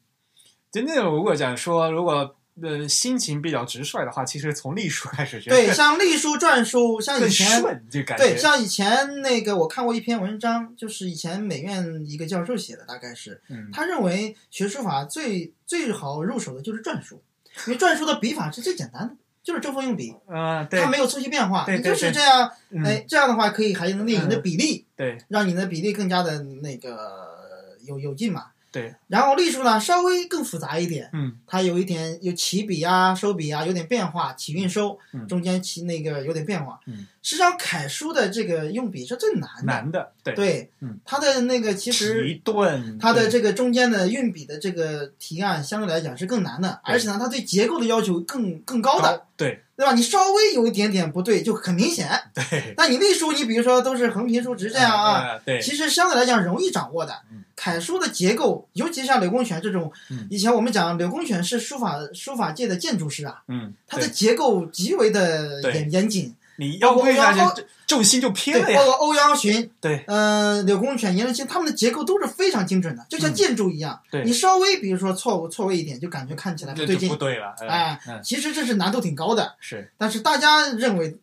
真正如果讲说，如果呃心情比较直率的话，其实从隶书开始 就
对，像隶书、篆书，像以
更
前
顺，就感觉
对，像以前那个我看过一篇文章，就是以前美院一个教授写的，大概是
嗯
他认为学书法最最好入手的就是篆书，因为篆书的笔法是最简单的，就是正锋用笔，
啊，对
它没有粗细变化，
对
你
对
就
对
是这样，
嗯
哎，这样的话可以还能令你的
嗯
比例
对
让你的比例更加的那个有有劲嘛。
对，
然后隶书呢稍微更复杂一点，
嗯
它有一点有起笔啊、收笔啊，有点变化，起运收
嗯
中间起那个有点变化。
嗯
实际上楷书的这个用笔是最难的，
难的，对，
对
嗯，
它的那个其实
提顿，
它的
对
这个中间的运笔的这个提案相对来讲是更难的，
对
而且呢，它对结构的要求更更高的。
高，对
对吧？你稍微有一点点不对就很明显。
对，
那你隶书，你比如说都 是横平竖直这样啊，
啊，对，
其实相对来讲容易掌握的
嗯。
楷书的结构，尤其像柳公权这种
嗯，
以前我们讲柳公权是书法书法界的建筑师啊，
嗯，
他的
对
结构极为的
对
严严谨，
你要不一下
我我
就重心就偏了
对，包
呀。
括欧阳询，
对，
嗯，柳公权、颜真卿，他们的结构都是非常精准的，就像
嗯
建筑一样。
对
你稍微比如说错误错位一点，就感觉看起来不
这
对
就
劲
不。对了。
哎
嗯，
其实这是难度挺高的，
是，
但是大家认为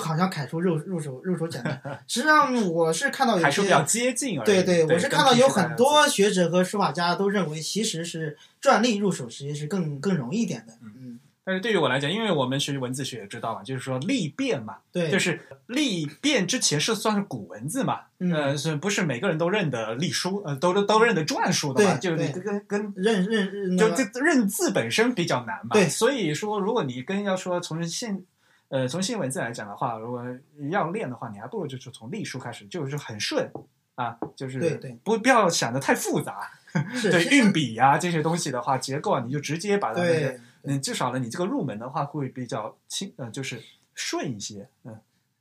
好像楷书入入手入手 简单，实际上我是看到有
还是
些
比较接近而已。
对
对，
我是看到有很多学者和书法家都认为，其实是篆隶入手其实是更更容易一点的。嗯，
但是对于我来讲，因为我们学文字学也知道嘛，就是说历变嘛，
对，
就是历变之前是算是古文字嘛，
嗯
呃，是不是每个人都认得隶书，呃，都都认得篆书的嘛？
对
就是你
对
跟跟
认认
就
那
这认字本身比较难嘛，
对
所以说如果你跟要说从现呃从新文字来讲的话，如果要练的话，你还不如就是从隶书开始，就是很顺啊，就是
对对
不不要想的太复杂，
是
对
是
运笔啊这些东西的话，结构啊，你就直接把它那个，
对。
嗯，至少呢，你这个入门的话会比较轻，呃，就是顺一些，嗯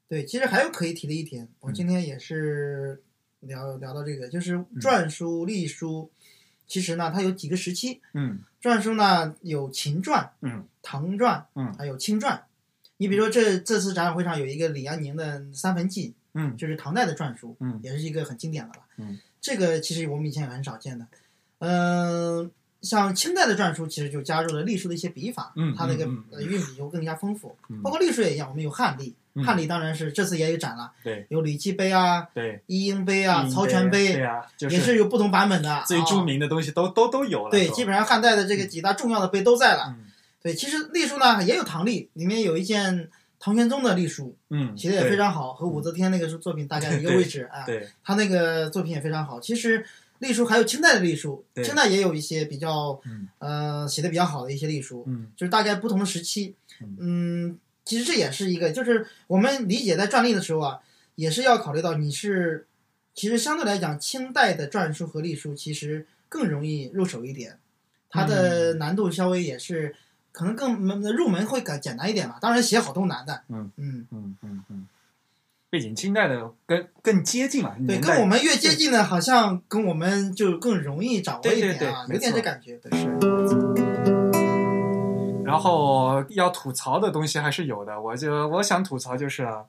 对，其实还有可以提的一点，我今天也是聊聊到这个，就是
嗯
篆书、隶书，其实呢，它有几个时期。
嗯
篆书呢有秦篆、
嗯
唐篆，
嗯
还有清篆。你比如说这这次展览会上有一个李安宁的《三坟记
嗯》，
就是唐代的篆书，
嗯
也是一个很经典的了。
嗯，
这个其实我们以前也很少见的。嗯、像清代的篆书其实就加入了隶书的一些笔法，
嗯
它那个
嗯嗯嗯
呃运笔就更加丰富。
嗯
包括隶书也一样，我们有汉隶，
嗯
汉隶当然是这次也有展了，
对
有李济碑啊、
对
一英碑啊、
印
曹全碑，
嗯对啊，就
也是有不同版本的。
最著
啊
名的东西都都都有了，
对，
都
基本上汉代的这个几大重要的碑都在了。
嗯
对，其实隶书呢也有唐隶，里面有一件唐玄宗的隶书，
嗯
写的也非常好，和武则天那个作品大概一个位置啊。
对对
他那个作品也非常好。其实隶书还有清代的隶书，
对
清代也有一些比较
嗯
呃写的比较好的一些隶书，
嗯
就是大概不同的时期
嗯，
嗯，其实这也是一个，就是我们理解在篆隶的时候啊，也是要考虑到你是，其实相对来讲，清代的篆书和隶书其实更容易入手一点，它
嗯
的难度稍微也是。可能更门入门会更简单一点吧，当然写好都难的。
嗯
嗯，
嗯嗯嗯，背景清代的更更接近了，
对，
年
跟
代
我们越接近呢，好像跟我们就更容易掌握一
对对
点啊，
对
有点
没错
这感觉。对，是，
然后要吐槽的东西还是有的，我就我想吐槽就是啊，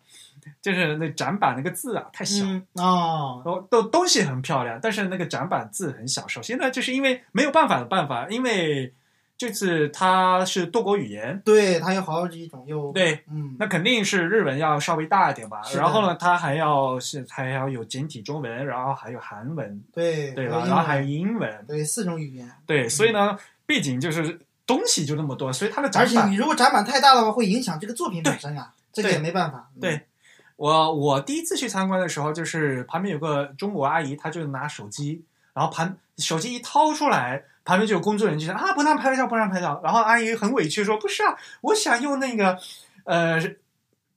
就是那展板那个字啊太小。
嗯，哦，
哦，都东西很漂亮，但是那个展板字很小。首先呢，就是因为没有办法的办法，因为这次它是多国语言，
对，它有好几种，又，
对，
嗯，
那肯定是日文要稍微大一点吧。
是的
然后呢，它还要是还要有简体中文，然后还有韩文，
对，
对
有
吧？
英
然后
文
还有英文，
对四种语言，
对，所以呢，背景就是东西就那么多，所以它的展
而且
板
你如果展板太大的话，会影响这个作品本身啊，这个
对
也没办法。嗯
对我我第一次去参观的时候，就是旁边有个中国阿姨，她就拿手机，然后盘手机一掏出来，旁边就有工作人员就说啊，不让拍照，不让拍照。然后阿姨很委屈说，不是啊，我想用那个呃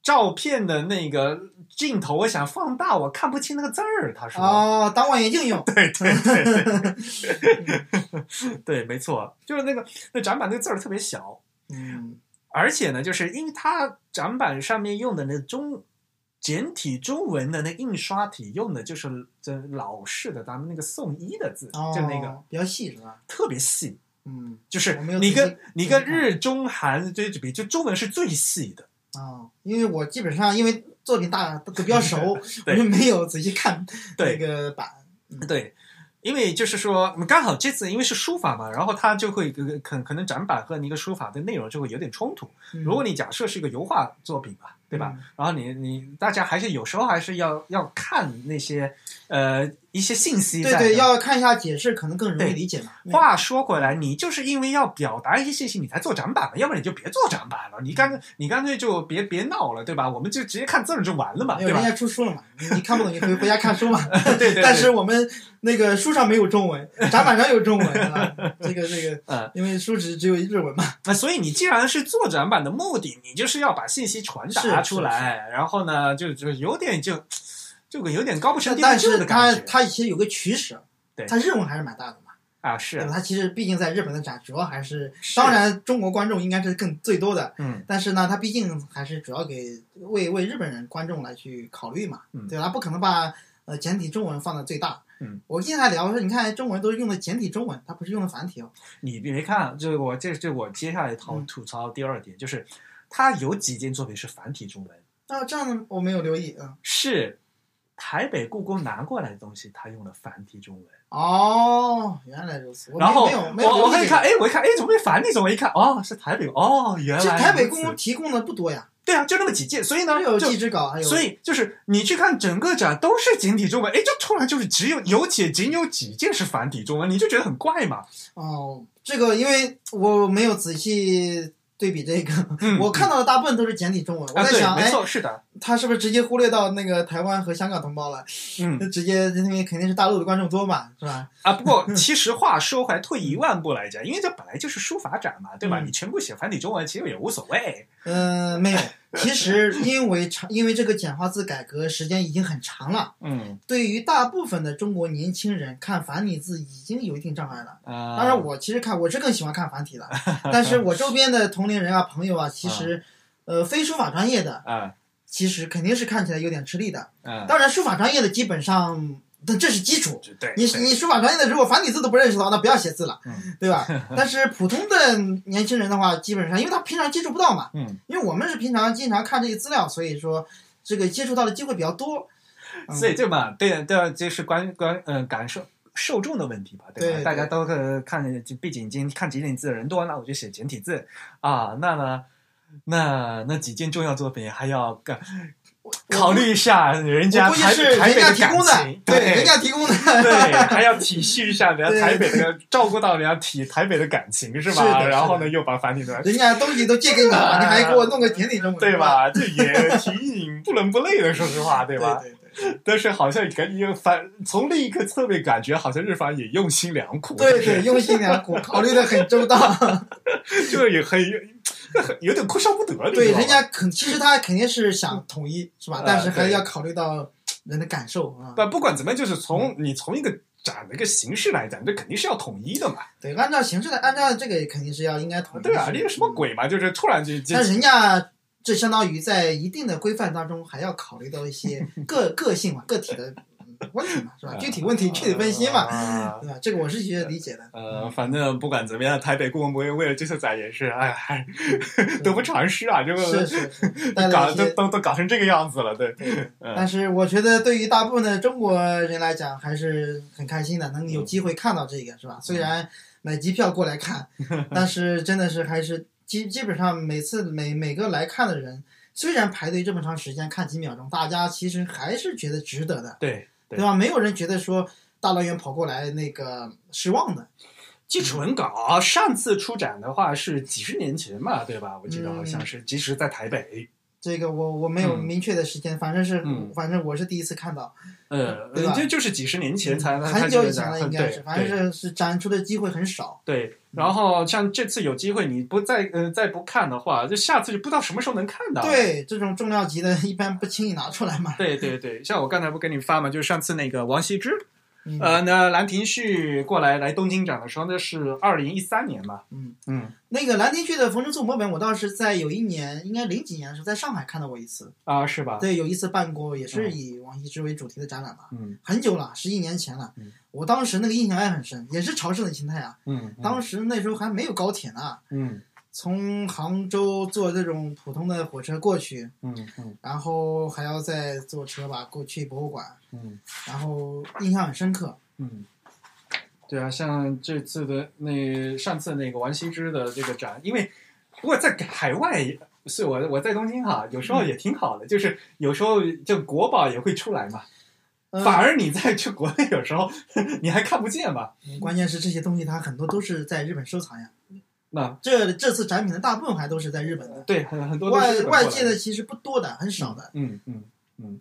照片的那个镜头，我想放大，我看不清那个字儿。她说，
哦，当望远镜用，
对对对对，对，没错，就是那个那展板那个字儿特别小，
嗯，
而且呢，就是因为它展板上面用的那中简体中文的那印刷体用的就是这老式的咱们那个宋一的字，
哦，
就那个
比较细是吧？
特别细，
嗯，
就是
我没有
你
仔
跟
细
你跟
仔细看
日中韩这比，就中文是最细的。
哦，因为我基本上因为作品大都比较熟，我
对
就没有仔细看那
对
个嗯版。
对，因为就是说，嗯刚好这次因为是书法嘛，然后它就会呃可可能展板和你一个书法的内容就会有点冲突。
嗯
如果你假设是一个油画作品吧，对吧？？然后你你大家还是有时候还是要要看那些呃一些信息
嗯
在
对
的。
对，要看一下解释，可能更容易
对
理解嘛。
话说回来，你就是因为要表达一些信息，你才做展板了，要不然你就别做展板了，你
嗯
干你干脆就别别闹了，对吧？我们就直接看字儿就完了嘛，
没有
对
人
吧？
家出书了嘛，你你看不懂，你回回家看书嘛。
对对对。
但是我们那个书上没有中文，展板上有中文啊。这个这个，
嗯，
因为书只只有日文嘛。
那呃所以你既然是做展板的目的，你就是要把信息传达出来，然后呢，就就有点就就有点高不成低不
但
就
是
的
它
感觉
它其实有个取舍，
对
它任务还是蛮大的嘛。
啊，
对
是
吧，它其实毕竟在日本的展，主要还是
是
当然中国观众应该是更最多的，
嗯
但是呢，它毕竟还是主要给为为日本人观众来去考虑嘛，
嗯
对吧？它不可能把呃简体中文放到最大。
嗯，
我今天还聊我说，你看中文都是用的简体中文，它不是用的繁体哦。
你别看，就是我这这我接下来讨
嗯
吐槽第二点，就是它有几件作品是繁体中文，
啊，这样的我没有留意啊。
是台北故宫拿过来的东西，它用了繁体中文。
哦，原来如此。我没
然后
没有没有
我我
留
可
意
以
这个
看，哎，我一看，哎，怎么会繁体中文？一看，哦，是台北，哦，原来
这台北
如
故
此
宫提供的不多呀，
对啊，就那么几件，所以呢
只，有
就
祭侄稿，还有
所以就是你去看整个展都是简体中文，哎，就突然就是只有有且仅有几件是繁体中文，你就觉得很怪嘛。
哦，这个因为我没有仔细对比这个，
嗯，
我看到的大部分都是简体中文。我
啊，
在
对
想，，
没
哎，
错，是的，
他是不是直接忽略到那个台湾和香港同胞了？
嗯
那直接因为肯定是大陆的观众多嘛，是吧？
啊。不 过其实话说回来，退一万步来讲，因为这本来就是书法展嘛，对吧？
嗯
你全部写繁体中文其实也无所谓。
嗯、没有。其实因为长，因为这个简化字改革时间已经很长了，
嗯
对于大部分的中国年轻人看繁体字已经有一定障碍了。
啊，
当然，我其实看我是更喜欢看繁体的，但是我周边的同龄人啊、朋友啊，其实，呃，非书法专业的，
啊
其实肯定是看起来有点吃力的。
啊，
当然，书法专业的基本上，但这是基础。
对对，
你你书法专业的，如果繁体字都不认识的话，那不要写字了
嗯，
对吧？但是普通的年轻人的话，基本上因为他平常接触不到嘛，
嗯，
因为我们是平常经常看这些资料，所以说这个接触到的机会比较多。嗯
所以这嘛，对对，就是关关嗯、感受。受众的问题吧，对吧？
对
大家
对
都呃看，就毕竟已经看简体字的人多，那我就写简体字啊。那呢，那那几件重要作品还要干考虑一下人家
我估计
台
是
台
人
北
家
的
提供
感
的
情，，
对，人家提供的，
对，还要体恤一下人
对
家台北的，照顾到人家体台北的感情是吧？
是的
然后
是
呢，
的
又把繁体中文，
人家东西都借给你了，你还给我弄个简体中文，
对
是吧？
吧？这也挺引不伦不类的，说实话，对
对
吧？
对 对
但是好像感觉反从另一个侧面感觉，好像日方也用心良苦，
对对，用心良苦，考虑的很 周到。
就是这也很很有点哭笑不得，你
对，
知道吗
人家肯其实他肯定是想统一，是吧
呃？
但是还
对
要考虑到人的感受啊。
不不管怎么样，就是从你从一个展的一个形式来讲，这肯定是要统一的嘛，
对，按照形式来，按照这个肯定是要应该统一。
对啊，
是
这个什么？鬼嘛，就是突然就就
但人家这相当于在一定的规范当中，还要考虑到一些 个个性嘛、个体的嗯问题嘛，是吧？具体问
啊
题具体分析嘛，
嘛。
对吧？这个我是觉得理解的。
呃，反正不管怎么样，台北故宫博物院为了这次展也是，哎呀，还得不偿失啊！这
是
个
是 是，带了
搞
一
都
些。
都都搞成这个样子了，对，
对
嗯
但是我觉得，对于大部分的中国人来讲，还是很开心的，能有机会看到这个，是吧？
嗯
虽然买机票过 来看，但是真的是还是基基本上每次每每个来看的人，虽然排队这么长时间看几秒钟，大家其实还是觉得值得的，
对，对
对吧？没有人觉得说大老远跑过来那个失望的，
纪楚文稿啊上次出展的话是几十年前嘛，对吧？我记得好像是，即使在台北，
这个我我没有
嗯
明确的时间，反正是、
嗯
反正我是第一次看到，
呃，嗯
对吧
这就是几十年前才
很久以前了应该是，
对
反正是是展出的机会很少。
对。然后像这次有机会你不再呃再不看的话，就下次就不知道什么时候能看到。
对，这种重量级的，一般不轻易拿出来嘛。
对对对，像我刚才不跟你发嘛，就是上次那个王羲之
嗯，
呃，那兰亭序过来来东京展的时候，那是二零一三年嘛。
嗯
嗯
那个兰亭序的《冯之醋摹本》，我倒是在有一年，应该零几年的时候，在上海看到过一次。
啊，是吧？
对，有一次办过，也是以王羲之为主题的展览嘛，
嗯
很久了，十几年前了
嗯。
我当时那个印象也很深，也是朝圣的心态啊。
嗯，
当时那时候还没有高铁呢，
嗯
从杭州坐这种普通的火车过去，
嗯嗯
然后还要再坐车吧过去博物馆，
嗯
然后印象很深刻。
嗯，对啊，像这次的那上次那个王羲之的这个展，因为不过在海外。是我我在东京哈、有时候也挺好的，就是有时候就国宝也会出来嘛。
呃
反而你在去国内，有时候 你还看不见嘛。
关键是这些东西它很多都是在日本收藏呀。
那
这这次展品的大部分还都是在日本的，
对很很多都是
外
日本过来
外界的其实不多的，很少的。
嗯嗯嗯，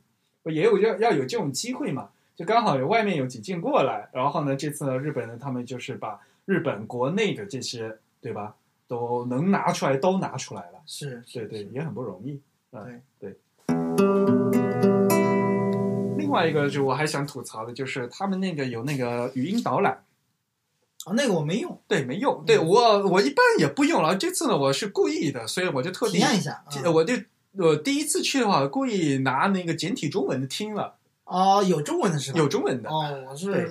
也有要要有这种机会嘛，就刚好有外面有几件过来，然后呢，这次呢，日本呢，他们就是把日本国内的这些，对吧，都能拿出来都拿出来了，
是，
对对，也很不容易，嗯对。另外一个就我还想吐槽的就是他们那个有那个语音导览，
哦，那个我没用，
对，没用，
嗯
对我我一般也不用了，这次呢我是故意的，所以我就特
体
地，
验一下。嗯
我就我第一次去的话，故意拿那个简体中文的听了。
哦，有中文的是吧？
有中文的。
哦，我是
对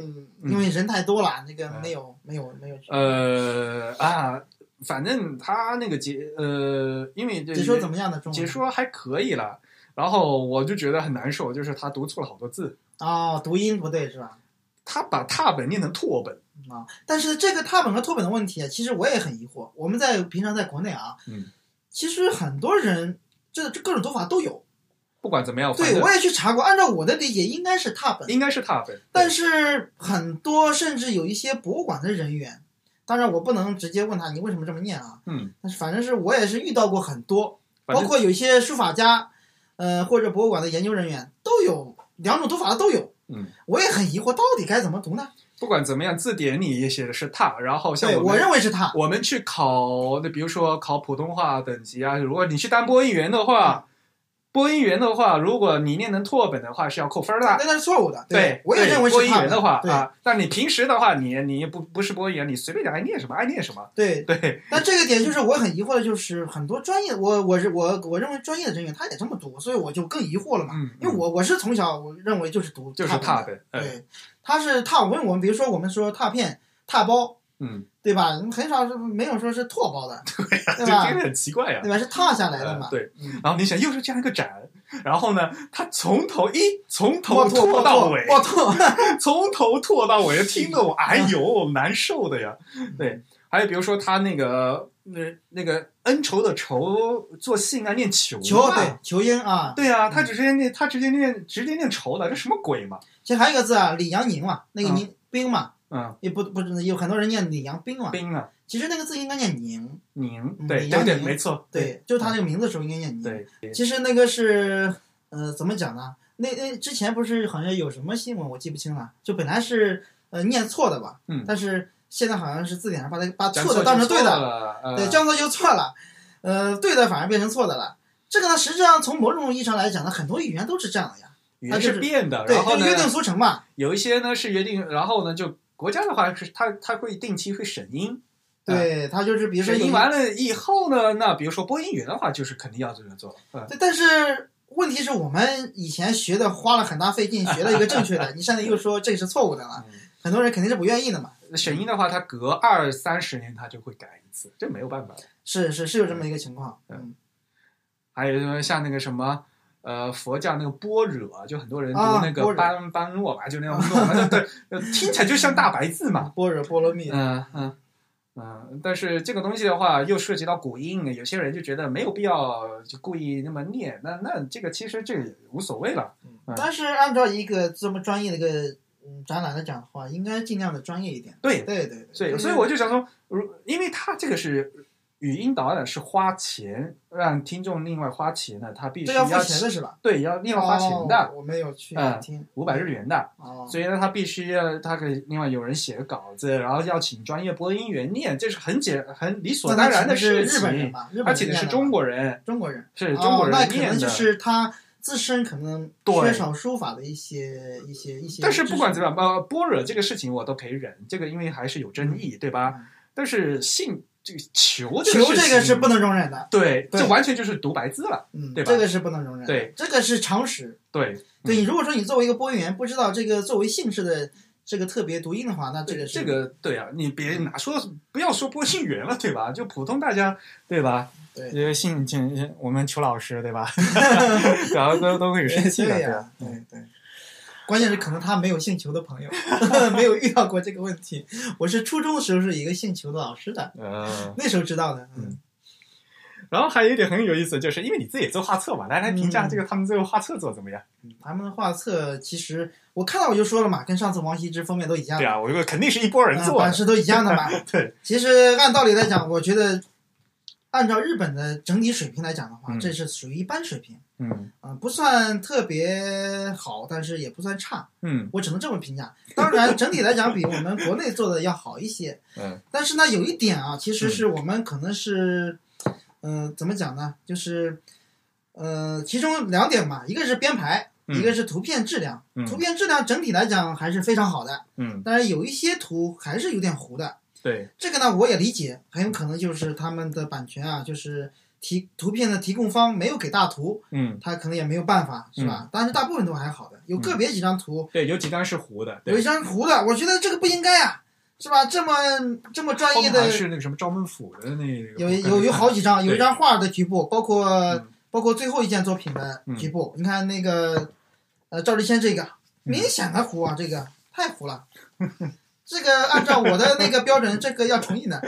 因为人太多了，那个
嗯
没有没有没有。
呃啊，反正他那个解呃，因为这
解说怎么样的中文？
解说还可以了。然后我就觉得很难受，就是他读错了好多字，
啊，读音不对是吧？
他把踏本念成拓本，
啊，但是这个踏本和拓本的问题啊，其实我也很疑惑。我们在平常在国内啊，
嗯，
其实很多人这这各种读法都有。
不管怎么样，反
对，
正
我也去查过，按照我的理解，应该是踏本。
应该是踏本。
但
是
是很多甚至有一些博物馆的人员，当然我不能直接问他你为什么这么念啊，
嗯，
但是反正是我也是遇到过很多，
反
包
正
括有一些书法家，呃或者博物馆的研究人员都有两种读法的都有。
嗯，
我也很疑惑，到底该怎么读呢？
不管怎么样，字典里也写的是踏，然后像
对，
们
我认为是他。
我们去考，那比如说考普通话等级啊，如果你去当播音员的话，播音员的话，如果你念能拓本的话是要扣分的。
那那是错误的，
对，
我也
对
认为
播
是
音
他
员的话
对
啊，但你平时的话，你你不不是播音员，你随便你爱念什么爱念什么。
对，
对，
但这个点就是我很疑惑的，就是很多专业，我我是我我认为专业的人员他也这么读，所以我就更疑惑了嘛。
嗯，
因为我我是从小我认为就是读
就是
踏
踏
的，
本，嗯
对，他是踏。我们我们比如说我们说踏片、踏包，
嗯，
对吧？很少是没有说是拓包的，
这
对
这
吧？
个很奇怪呀
对。吧？是踏下来的
嗯
嘛。
哎对
嗯，
然后你想又是这样一个展，然后呢，他从头一从头
我拓
拓
我
到
拓
尾，
我 拓，
从头拓到尾，听得我哎
嗯
呦难受的呀。对，还有比如说他那个那那个恩仇的仇做信啊，念求
球
啊
对球音啊。
对啊，他直接念他直接念直接念仇的，这什么鬼嘛？
其实还有一个字啊，李阳宁嘛，那个
嗯
宁兵嘛，
嗯，
也不不是有很多人念李阳兵嘛，
兵啊，
其实那个字应该念宁。
宁，
嗯
对对
李阳
对，
宁
没错，
对，就是他这个名字的时候应该念宁。
对，
其实那个是，呃，怎么讲呢？那那之前不是好像有什么新闻，我记不清了。就本来是呃念错的吧，
嗯
但是现在好像是字典上把它把
讲
错的当
就
成对
错
的，
了，呃
对，这样错就错了，呃，对的反而变成错的了。这个呢，实际上从某种意义上来讲呢，很多语言都是这样的呀，
语
它
言
就是
变的，
对，
然后
就
呢
是，约定俗成嘛，
有一些呢是约定，然后呢就国家的话是他他会定期会审音，
对，它就是比如说
审
有
音嗯完了以后呢，那比如说播音员的话就是肯定要这么做了，嗯。
对，但是问题是我们以前学的花了很大费劲学了一个正确的，你现在又说这是错误的
嗯
了，很多人肯定是不愿意的嘛。
沈音的话，他隔二三十年他就会改一次，这没有办法。
是是是有这么一个情况，嗯
还有就是像那个什么。呃，佛教那个般若，就很多人读
啊
那个
般若
般般若吧，就那样弄，那对，呃听起来就像大白字 嘛。
般若波罗蜜，
嗯嗯嗯，但是这个东西的话，又涉及到古音，有些人就觉得没有必要就故意那么念，那那这个其实这也无所谓了。嗯
但是按照一个这么专业的一个嗯展览来讲的话，应该尽量的专业一点。
对，
对嗯对对，
所以
就是
所以我就想说，如因为他这个是语音导览是花钱让听众另外花钱的，他必须
这要付钱的是吧？
对要另外花钱的
哦，我没有去
嗯
听
五百日元的，
哦。
所以呢，他必须要他给另外有人写个稿子，然后要请专业播音员念，这是很简很理所
那
当
他
然
请
的
是
事
日本人
情。
吧？日本
他
人
请的
念
是
吧
中国人，
中国人，
是中国
哦，那
人
可
念
能
的
就。是他自身可能
对
缺少书法的一些一些一些知识。
但是不管怎么样，呃，般若这个事情我都可以忍，这个因为还是有争议，对吧
嗯？
但是性这个求这
球
个
这个
事
是
情
不能容忍的，
对，
对
这完全就是读白字了，
嗯，
对吧
这个是不能容忍的，
对，
这个是常识。
对。
对你，如果说你作为一个播音员，不知道这个作为姓氏的这个特别读音的话，那这个是
这
嗯
个对啊，你别拿说不要说播音员了，对吧？就普通大家，对吧？
对
因为姓姓我们裘老师，对 吧？然后都都会生气的，
对
对吧嗯
呀，对对。关键是可能他没有姓裘的朋 友，没有遇到过这个问题。我是初中的时候是一个姓裘的老师的，
嗯，
那时候知道的。嗯，
然后还有一点很有意思，就是因为你自己也做画册嘛，来来评价
嗯
这个他们最后画册做得怎么样？
他们的画册其实我看到我就说了嘛，跟上次王羲之封面都一样
对
的，
啊，我觉得肯定是一波人
嗯
做
版
的，
式都一样的嘛。
对，
其实按道理来讲，我觉得按照日本的整体水平来讲的话，
嗯
这是属于一般水平。
嗯
啊、不算特别好，但是也不算差，
嗯
我只能这么评价。当然，整体来讲比我们国内做的要好一些，
嗯
但是呢，有一点啊，其实是我们可能是，嗯、怎么讲呢？就是，呃，其中两点嘛，一个是编排，
嗯
一个是图片质量。
嗯
图片质量整体来讲还是非常好的，
嗯，
但是有一些图还是有点糊的。
对，
这个呢，我也理解，很有可能就是他们的版权啊，就是提图片的提供方没有给大图，
嗯
他可能也没有办法，是吧？但是大部分都还好的，有个别几张图、
对，有几张是糊的，嗯
有
对
一，张糊的，我觉得这个不应该啊，是吧？这么这么专业
他们
的
还，是那个什么赵孟俯的那个，
有有有好几张，
对
有一张画的局部，包括、
嗯
包括最后一件作品的局部，你看那个呃赵立先这
嗯
个明显的糊啊，这个太糊了。这个按照我的那个标准，这个要重一难。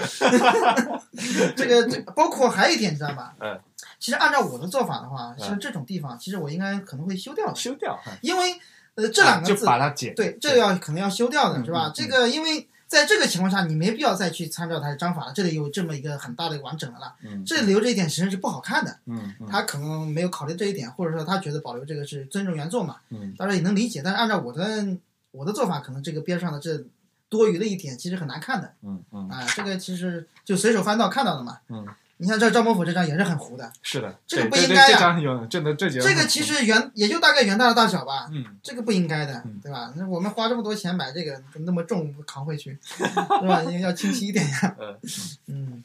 这个这包括还有一点，你知道吧？
嗯。
其实按照我的做法的话，
嗯
像这种地方，其实我应该可能会修掉的，
修掉，嗯
因为呃这两
啊
个
就
字
把它解。
对，这个要可能要修掉的是吧？
嗯嗯
这个因为在这个情况下，你没必要再去参照它的章法了，这里有这么一个很大的完整的了，
嗯
这留这一点其实是不好看的。
嗯嗯
他可能没有考虑这一点，或者说他觉得保留这个是尊重原作嘛，
嗯
当然也能理解。但是按照我的我的做法，可能这个边上的这多余的一点其实很难看的
嗯嗯
啊、这个其实就随手翻到看到的嘛。
嗯，
你像这张伯虎这张也是很糊的，
是的，
这个
对
不
对
应
对
该
这
啊
张有这个这节
这个其实原也就大概原大的大小吧，
嗯
这个不应该的
嗯，
对吧？那我们花这么多钱买这个，怎么那么重扛回去，对吧？要清晰一点呀。
呃
嗯
嗯，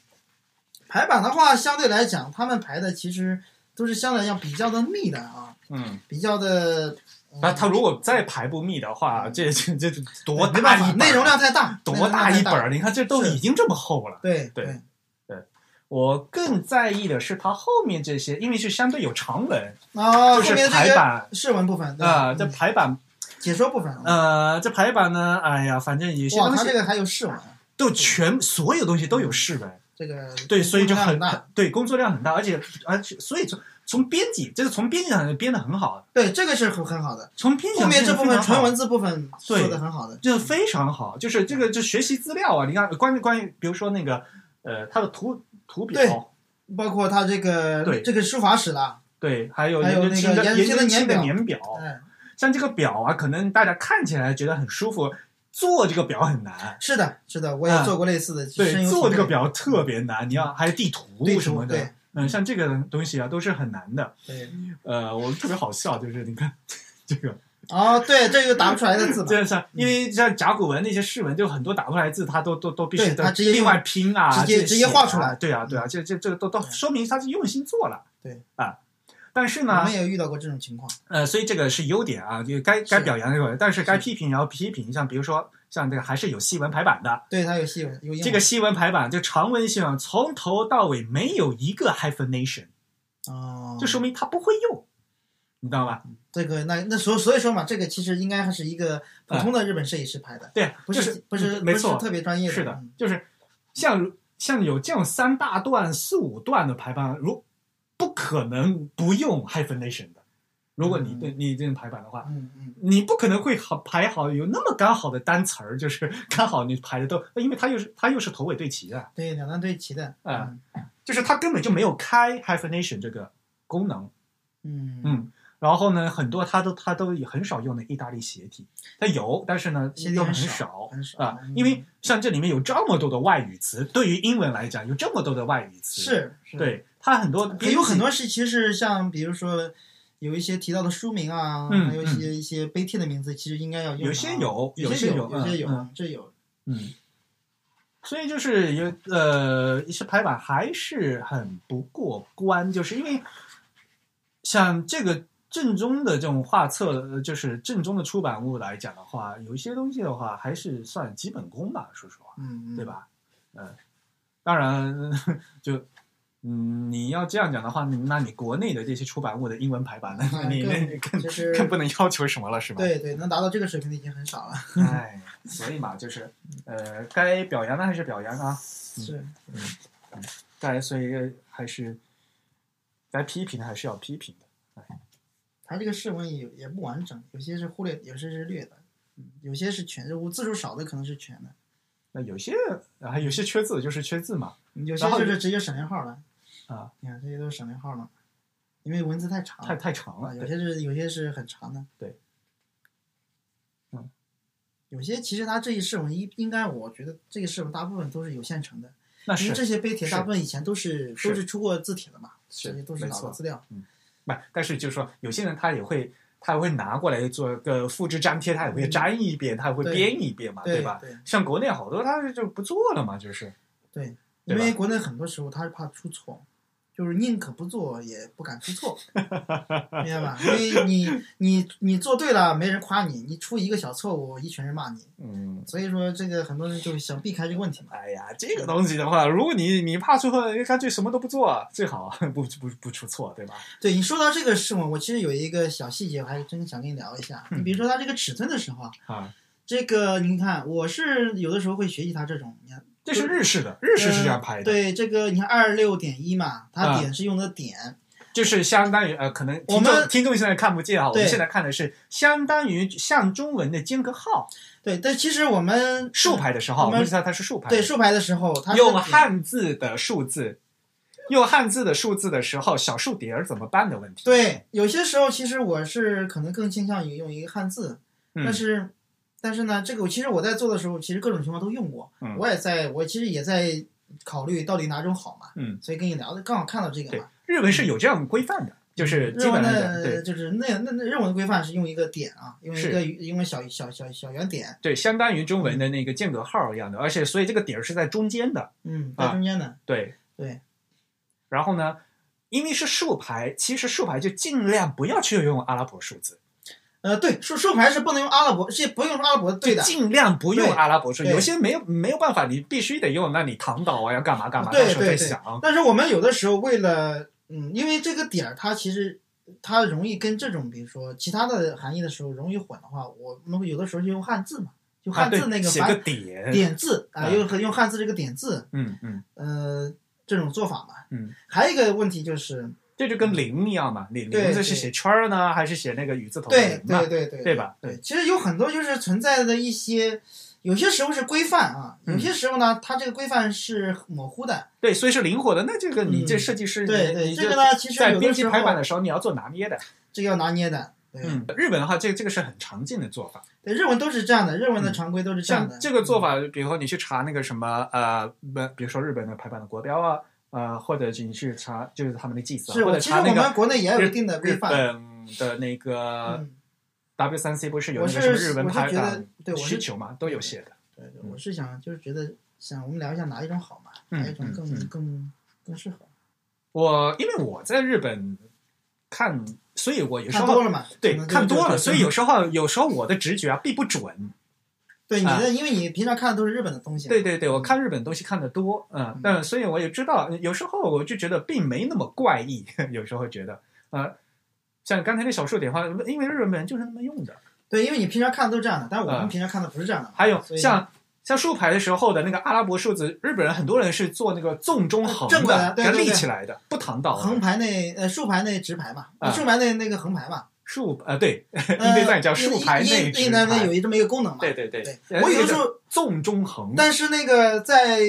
排版的话，相对来讲，他们排的其实都是相对来讲比较的密的啊，
嗯，
比较的。嗯
那啊他如果再排不密的话，这这这多大
没办
一
法，
本啊
内容量太大，
多
大
一本？儿？啊你看这都
是
已经这么厚了。
对
对我更在意的是它后面这些，因为是相对有长文，
啊，后
就是
面这
排
个
版
释文部分对吧
啊，这
嗯
排版
解说部分，啊
呃，这排版呢，哎呀，反正有些
哇，
东
他
西
这个还有释文，啊
都全所有东西都有释文，
这个
对，所以就
工作
很
量大。
对工作量很大，而且而且所以从从编辑，这个从编辑上就编的很好，
对，这个是很很好的。
从编辑
后
上
面
编
这
得
部
非
分
常好
纯文字部分做
对
的很好的，
这非常好，就是这个就学习资料啊，你看关于关于比如说那个呃它的图图
对
表。
包括他这个
对
这个书法史啦，
对，还有
还有
研究
那
期
个
的
研
研
究
究
的
期
年
的
表
年表，
哎，
像这个表啊，可能大家看起来觉得很舒服，做这个表很难。
是的，是的，我也
嗯
做过类似的，深
对，
有
做
体
这个
会
表特别难，你要还有地图
对
什么的，
对
嗯，像这个东西啊，都是很难的。
对，
呃，我特别好笑，就是你看这个，
哦，对，这个打不出来的字嘛，
这是因为像甲骨文那些释文，就很多打不出来字，它都都都必须
对
得
它直接用
另外拼啊，
直接
这
直接画出来嗯
写啊对啊，对啊，这这这个都都
对
说明他是用心做了。
对
啊，但是
我
呢
们，也遇到过这种情况，
呃，所以这个是优点啊，就该该
是
表扬的时候，但是该
是
批评也要批评，像比如说像这个还是有细文排版的，
对，它有细文，有英文
这个细文排版就长文细文从头到尾没有一个 hyphenation，
哦，
就说明他不会用，你知道吧？
这个那那所所以说嘛，这个其实应该还是一个普通的日本设计师拍的，
对，
不
嗯就是
不是
没
不
错
是，特别专业
是
的嗯
的，，就是像像有这种三大段、四五段的排版，如不可能不用 hyphenation 的。如果你
嗯
对你这种排版的话，
嗯嗯
你不可能会好排好有那么刚好的单词儿，就是刚好你排的都，因为它又是它又是头尾对齐的，
嗯，对，两段对齐的，
啊就是它根本就没有开 hyphenation 这个功能，
嗯嗯，
嗯。然后呢，很多它都它都也很少用的意大利斜体，它有，但是呢
斜体
用得
很
很
少
少
很少
啊
嗯，
因为像这里面有这么多的外语词，对于英文来讲有这么多的外语词，
是是，
对它很多
也有很多是，其实像比如说有一些提到的书名啊，
嗯
还有一些一些碑帖的名字，其实应该要用的啊。
有些有
有
些
有，
有
有些
嗯
有
嗯
啊，这有。
嗯，所以就是有呃，一些排版还是很不过关，就是因为像这个正宗的这种画册，呃就是正宗的出版物来讲的话，有一些东西的话还是算基本功吧，说实话，
嗯，嗯
对？吧？嗯，当然就。嗯，你要这样讲的话，那你国内的这些出版物的英文排版，那
啊
你
更
那更
就是
更不能要求什么了，是吧？
对对，能达到这个水平的已经很少了。
哎，所以嘛，就是呃，该表扬的还是表扬啊，嗯
是，
该所以还是该批评的还是要批评的。
它这个释文也也不完整，有些是忽略，有些是略的，嗯有些是全的，我字数少的可能是全的，
那有些啊，有些缺字就是缺字嘛，
有些
然后
就是直接省略号了。
啊，
你看这些都是省略号了，因为文字太长
太
了。
太长
啊，
了。
有
对
些是有些是很长的。
对，嗯，
有些其实它这一释文应应该，我觉得这个释文大部分都是有现成的，
那
因为这
啊是
些碑帖
是
大部分以前都是
是
都是出过字帖的嘛，
是
这些都是
没
老的
错
资料。
不，但是就是说，有些人他也会。他也会拿过来做个复制粘贴，他也会粘一遍，他也会
嗯对
编一遍嘛，
对
啊吧？
对
像国内好多他就不做了嘛，就是
对，因
对吧
为国内很多时候他是怕出错，就是宁可不做也不敢出 错，明白吧？因为你你你做对了，没人夸你；你出一个小错误，一群人骂你。
嗯，
所以说，这个很多人就是想避开这个问题嘛。
哎呀，这个东西的话，如果你你怕出错，哎干脆什么都不做最好，啊 不不不出错，对吧？
对你说到这个事嘛，我其实有一个小细节，我还是真想跟你聊一下。你
嗯
比如说它这个尺寸的时候啊，
啊，
这个你看，我是有的时候会学习它这种，你看呃
这是日式的，日式是这样拍的，，
对这个你看二六点一嘛，它
啊
点是用的点，
就是相当于呃，可能听
我们
众听众现在看不见啊，我
对
们现在看的是相当于像中文的间隔号，
对，但其实我们
竖排的时候，
嗯我
我
们
们知道它是竖排的，
对竖排的时候，它
用
是
汉字的数字，用汉字的数字的时候，小数点儿怎么办的问题。，
对，有些时候其实我是可能更倾向于用一个汉字，
嗯
但是但是呢，这个我其实我在做的时候，其实各种情况都用过，
嗯
我也在我其实也在考虑到底哪种好嘛，
嗯，
所以跟你聊的刚好看到这个
对
嘛，
日文是有这样规范的，就是基
日文
本上讲
的
对
嗯就是那那那日文的规范是用一个点啊，用一
是
个用一个小小小小圆点，
对，相当于中
嗯
文的那个间隔号一样的，而且所以这个点儿是在中间的，
嗯，在
啊
中间的，
对
对。
然后呢，因为是竖排，其实竖排就尽量不要去用阿拉伯数字，
呃，对，竖竖排是不能用阿拉伯，是不用阿拉伯，对的，
尽量不用
对
阿拉伯数字，
对
有些没有没有办法，你必须得用，那你躺倒啊，要干嘛干嘛，到
对
时候再
对对
想。啊
但是我们有的时候为了，嗯，因为这个点儿它其实它容易跟这种比如说其他的含义的时候容易混的话，我们会有的时候就用汉字嘛，就
啊
汉
对
字那
写
反、
个点，
点字啊，
嗯
用和用汉字这个点字，
嗯嗯，
呃，这种做法嘛。
嗯。
还有一个问题就是，
这就跟零一样嘛，你
嗯对
零字是
对
写圈儿呢，还是写那个雨字头的
对
零
对
呢？
对对
对吧？
对，其实有很多就是存在的一些，有些时候是规范啊，有
嗯
些时候呢，它这个规范是模糊的。
对，所以是灵活的。那这个你
嗯
这设计师，
对
你
对
你
这
就
个呢其实
在
有的
编辑
时候
排版的时候你要做拿捏的。
这个要拿捏的。对、
嗯，日本的话，这这个是很常见的做法。
对，日文都是这样的，日文的常规都是这
嗯
样
像
的。嗯
这个做法，比如说你去查那个什么呃，不，比如说日本的排版的国标啊，呃，或者你去查就是他们的祭祀啊，
嗯是，
或
我
者
其实
查
我
那
们
个
国内也有一定的
日
规范。
本的那个
嗯，
W 三 C 不是有
我
那
是
个什么日文
我
排
是觉得
版，
对，我
需
是
求嘛，都有写的。
对对我是想就是觉得想我们聊一下哪一种好嘛，
嗯
哪一种更、
嗯嗯
更更适合，
我因为我在日本看，所以我有时
看
候
多了嘛，
对
可能就
看多
就
了，
就
所以有时候有时候我的直觉啊并不准。
对你的、
啊
因为你平常看的都是日本的东西嘛，
对对对，我看日本东西看得多，嗯，但所以我也知道，有时候我就觉得并没那么怪异， 有时候觉得，呃，像刚才那小数点话，因为日本人就是那么用
啊
的。
对，因为你平常看的都是这样的，但我们
嗯
平常看的不是这样的嘛，
还有
所以
像像竖排的时候的那个阿拉伯数字，日本人很多人是做那个纵中横
正过来
的，
对
给它
对
立
对
起来的，不躺倒的。
横排内呃竖排内直排嘛，
啊
竖排内那个横 排嘛，
竖呃对，
呃
应对半叫竖排内
因
直
因因
排
因有一这么一个功能嘛，
对对对
对，
呃
我
那
有的
个
时
叫
候
纵中横，
但是那个在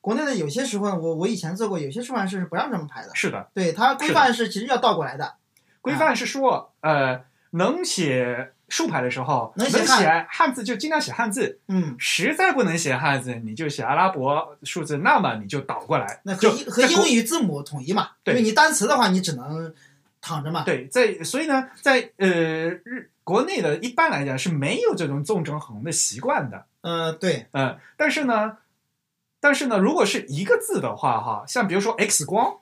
国内的有些时候，我我以前做过，有些出版社是不让这么排的。
是的，
对，它规范是其实要倒过来的。
规范是说，呃，能写竖排的时候，
能
能
写汉
写汉字就尽量写汉字，
嗯，
实在不能写汉字，你就写阿拉伯数字，那么你就倒过来，
那和
就
英和
在国
英语字母统一嘛，因
对
为你单词的话，你只能躺着嘛。
对，在所以呢，在呃日国内的一般来讲是没有这种纵中横的习惯的，
呃，对，
嗯，但是呢，但是呢，如果是一个字的话，哈，像比如说 X 光，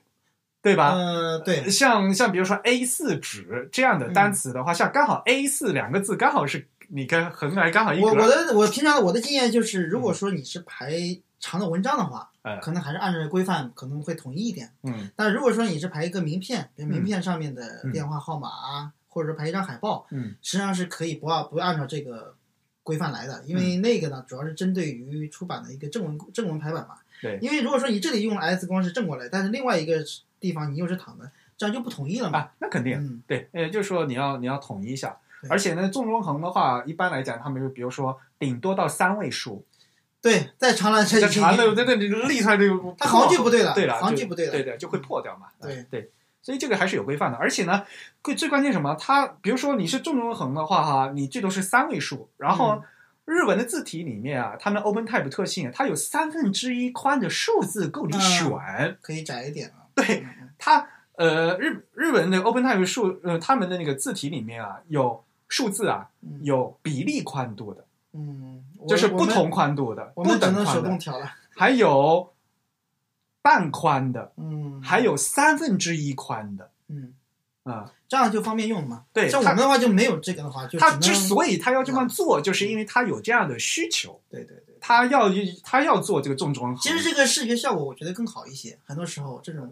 对吧？
呃，对，
像像比如说 A 四纸这样的
嗯
单词的话，像刚好 A 四两个字刚好是你跟横来刚好一
我我
格，
的我平常的我的经验就是，如果说你是排长的文章的话，
嗯
可能还是按照规范可能会统一一点。
嗯
但如果说你是排一个名片，比如名
嗯
片上面的
嗯
电话号码啊，或者说排一张海报，
嗯
实际上是可以不按不按照这个规范来的，因为
嗯
那个呢，主要是针对于出版的一个正文正文排版嘛。
对
因为如果说你这里用 S 光是正过来，但是另外一个地方你又是躺的，这样就不统一了嘛。
啊，那肯定
嗯，
对，呃，就是说你要你要统一一下
对，
而且呢，纵中横的话，一般来讲，他们就比如说顶多到三位数，
对，在长栏这
这
里
长的这个立出来就
它行距不对了，
对了，
行
就
距不对了。
对的，就会破掉嘛。啊
对
对，所以这个还是有规范的。而且呢，最最关键什么？它比如说你是纵中横的话，哈，你最多是三位数。然
嗯
后日文的字体里面啊，他们 OpenType 特性，它有三分之一宽的数字够
嗯
你选。
可以窄一点啊。
对
嗯，嗯
它呃日日文的 OpenType 数呃他们的那个字体里面啊，有数字啊
嗯
有比例宽度的，
嗯，我
就是
我
不
们
同宽度的，
我
不
们只
等
能手
宽
动
的，
调了。
还有半宽的，
嗯，
还有三分之一宽的
嗯，
啊、
这样就方便用嘛。
对
像我
它
们的话就没有这个的话，就
他
只
之
能嗯
所以他要这么做，就是因为他有这样的需求，
对对对。
他要他要做这个重装。
其实这个视觉效果我觉得更好一些，很多时候这种。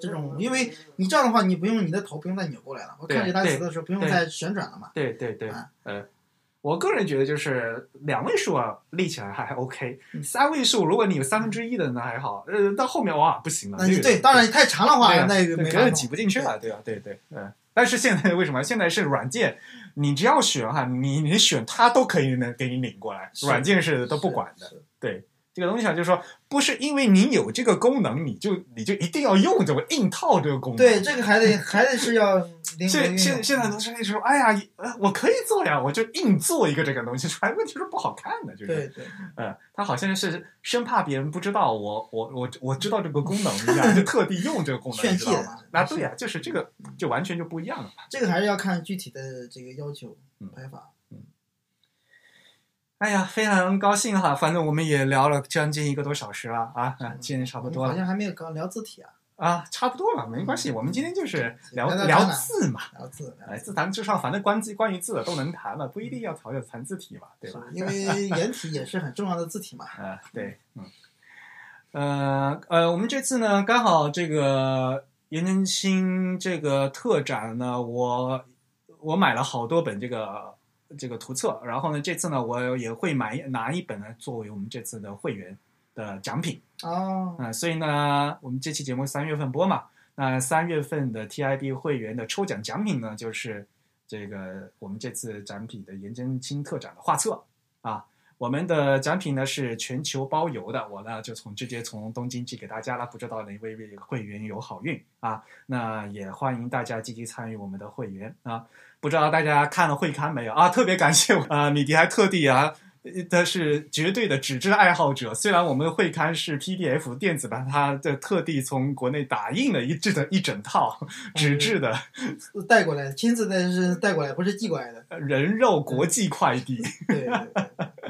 这种，因为你这样的话，你不用你的头不用再扭过来了，我
对
看这单词
对
的时候不用
对
再旋转了嘛。
对对对
啊，
呃，我个人觉得就是两位数啊，立起来还还 OK，
嗯
三位数如果你有三分之一的那还好，呃，到后面往往不行了。
那
这
你
个
对，当然太长的话
对啊，
那
对
个没
根
办
本
法
挤。不进去了，对吧、对对，嗯。但是现在为什么？现在是软件，你只要选哈，你你选它都可以能给你领过来，
是
软件是都不管的。
是，是
对这个东西啊，就是说不是因为你有这个功能，你就你就一定要用这个硬套这个功能。
对，这个还得还得是要灵活运
现
用。
现现在都是那时候，哎呀，呃我可以做呀，我就硬做一个这个东西出来，问题是不好看的，就是，
对对，
嗯，他好像是生怕别人不知道我我我我知道这个功能一样，就特地用这个功 能，
炫
你知
技
道
的
吗？
嘛
那对呀、就是这个就完全就不一样了嘛。
这个还是要看具体的这个要求
嗯
排法。
哎呀，非常高兴哈，反正我们也聊了将近一个多小时了啊，啊
嗯
今天差不
我们
多
好
了
像还没有刚聊字体啊，
啊，差不多了，没关系，我们今天就是聊
聊到
聊
展览
字嘛，
聊字，聊
哎，自弹自唱，反正关字关于字的都能谈嘛，不一定要讨论谈字体嘛，对
字
吧？
因为颜体也是很重要的字体嘛。
啊，对，嗯，呃呃，我们这次呢，刚好这个颜真卿这个特展呢，我我买了好多本这个这个图册，然后呢，这次呢，我也会买拿一本呢作为我们这次的会员的奖品
哦，
啊、所以呢，我们这期节目三月份播嘛，那三月份的 TIB 会员的抽奖奖品呢，就是这个我们这次展品的颜真卿特展的画册啊。我们的奖品呢是全球包邮的，我呢就从直接从东京寄给大家了，不知道哪位会员有好运啊？那也欢迎大家积极参与我们的会员啊！不知道大家看了会刊没有啊？特别感谢我啊，米迪还特地啊。呃他是绝对的纸质爱好者，虽然我们的会刊是 PDF 电子版，他的特地从国内打印了一制的一整套 纸质的
带过来，亲自的是带过来，不是寄过来的。
人肉国际快递。
对，对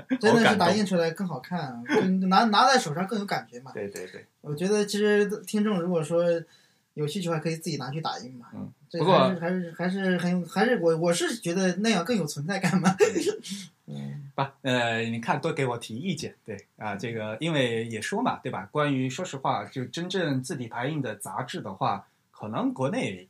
对真的是打印出来更好看，啊更拿拿在手上更有感觉 嘛。
对对对，
我觉得其实听众如果说有需求，还可以自己拿去打印嘛。
嗯
这
不过
还是还是还是很有还是我我是觉得那样更有存在感嘛。 嗯，
不，呃，你看，多给我提意见，对啊，这个因为也说嘛，对吧？关于说实话，就真正字体排印的杂志的话，可能国内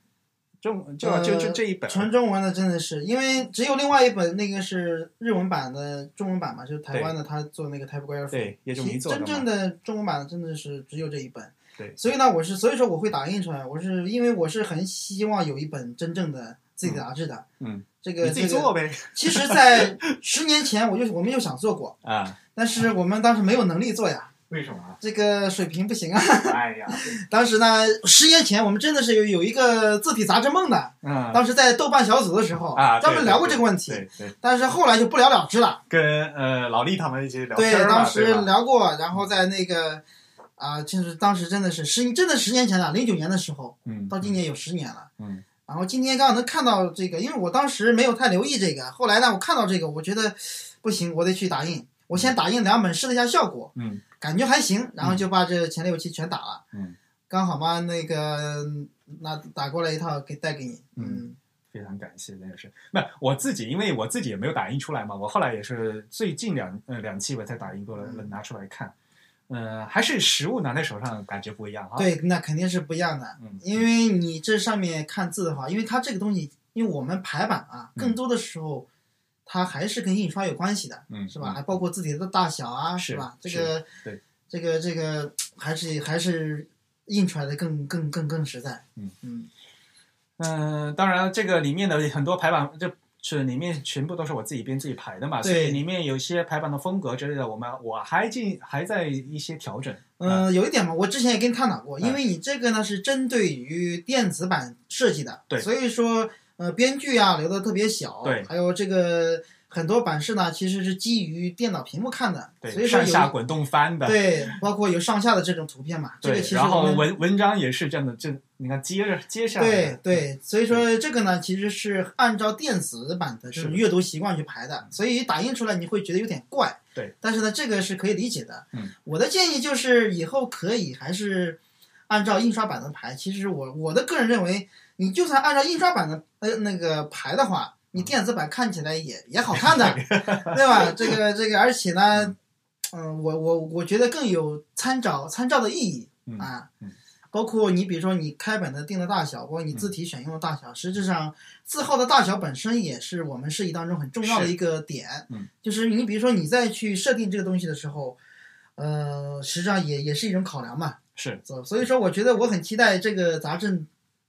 中就就就这一本，
呃纯中文的真的是，因为只有另外一本那个是日文版的中文版嘛，就是台湾的他做那个 t y p e g r a p h
对，也就没做的
真正
嘛，
的中文版真的是只有这一本。
对
所以呢，我是所以说我会打印出来，我是因为我是很希望有一本真正的自己的杂志的。
嗯，
这
你
个
自己
这
做
个，
呗，
其实，在十年前我就我们就想做过，
啊，
但是我们当时没有能力做呀，
为什么？
这个水平不行啊。
哎呀，
当时呢，十年前我们真的是有有一个字体杂志梦的，
嗯
当时在豆瓣小组的时候
啊，
专
对
门
对
聊过这个问
对
题，
对，
但是后来就不了了之了。
跟呃老力他们一起聊
对
天，儿嘛
当时
对吧
聊过，然后在那个啊、就是当时真的是十，真的十年前了，零九年的时候，
嗯，
到今年有十年了。
嗯。
然后今天刚好能看到这个，因为我当时没有太留意这个，后来呢，我看到这个，我觉得不行，我得去打印。我先打印两本试了一下效果，
嗯，
感觉还行，然后就把这前六期全打了。
嗯。
刚好嘛，那个那打过来一套给带给你。
嗯。非常感谢，真的是。那我自己，因为我自己也没有打印出来嘛，我后来也是最近两呃两期我才打印过来，
嗯
拿出来看。呃，还是实物拿在手上感觉不一样哈。，
对，那肯定是不一样的。
嗯，
因为你这上面看字的话，因为它这个东西，因为我们排版啊，
嗯
更多的时候它还是跟印刷有关系的，
嗯
是吧？
嗯
还包括字体的大小啊，
是
吧？这
是
个
对
这个这个还是还是印出来的更更更更实在。
嗯
嗯，
嗯、当然这个里面的很多排版这。是里面全部都是我自己编自己排的嘛，所
对
以里面有些排版的风格之类的，我们我还进还在一些调整。
嗯、有一点嘛，我之前也跟你探讨过，
嗯
因为你这个呢是针对于电子版设计的，
对
所以说呃编距啊留的特别小，
对
还有这个很多版式呢其实是基于电脑屏幕看的，所
对，
以说
上下
有
滚动翻的，
对，包括有上下的这种图片嘛，这个
对
其，实
然
我
后
们
文文章也是这样的，这你看接着接下来嗯
对
的，
对，所以说这个呢，其实是按照电子版的这
是
种
的
阅读习惯去排的，所以打印出来你会觉得有点怪。
对，
但是呢，这个是可以理解的。
嗯，
我的建议就是以后可以还是按照印刷版的排。其实我我的个人认为，你就算按照印刷版的呃那个排的话，
嗯
你电子版看起来也也好看的，对吧？这个这个，而且呢，嗯、我我我觉得更有参照参照的意义
嗯
啊。
嗯
包括你比如说你开本的定的大小，包括你字体选用的大小，实质上字号的大小本身也是我们设计当中很重要的一个点。
嗯，
就是你比如说你在去设定这个东西的时候，呃，实际上也也是一种考量嘛。
是
所所以说，我觉得我很期待这个杂志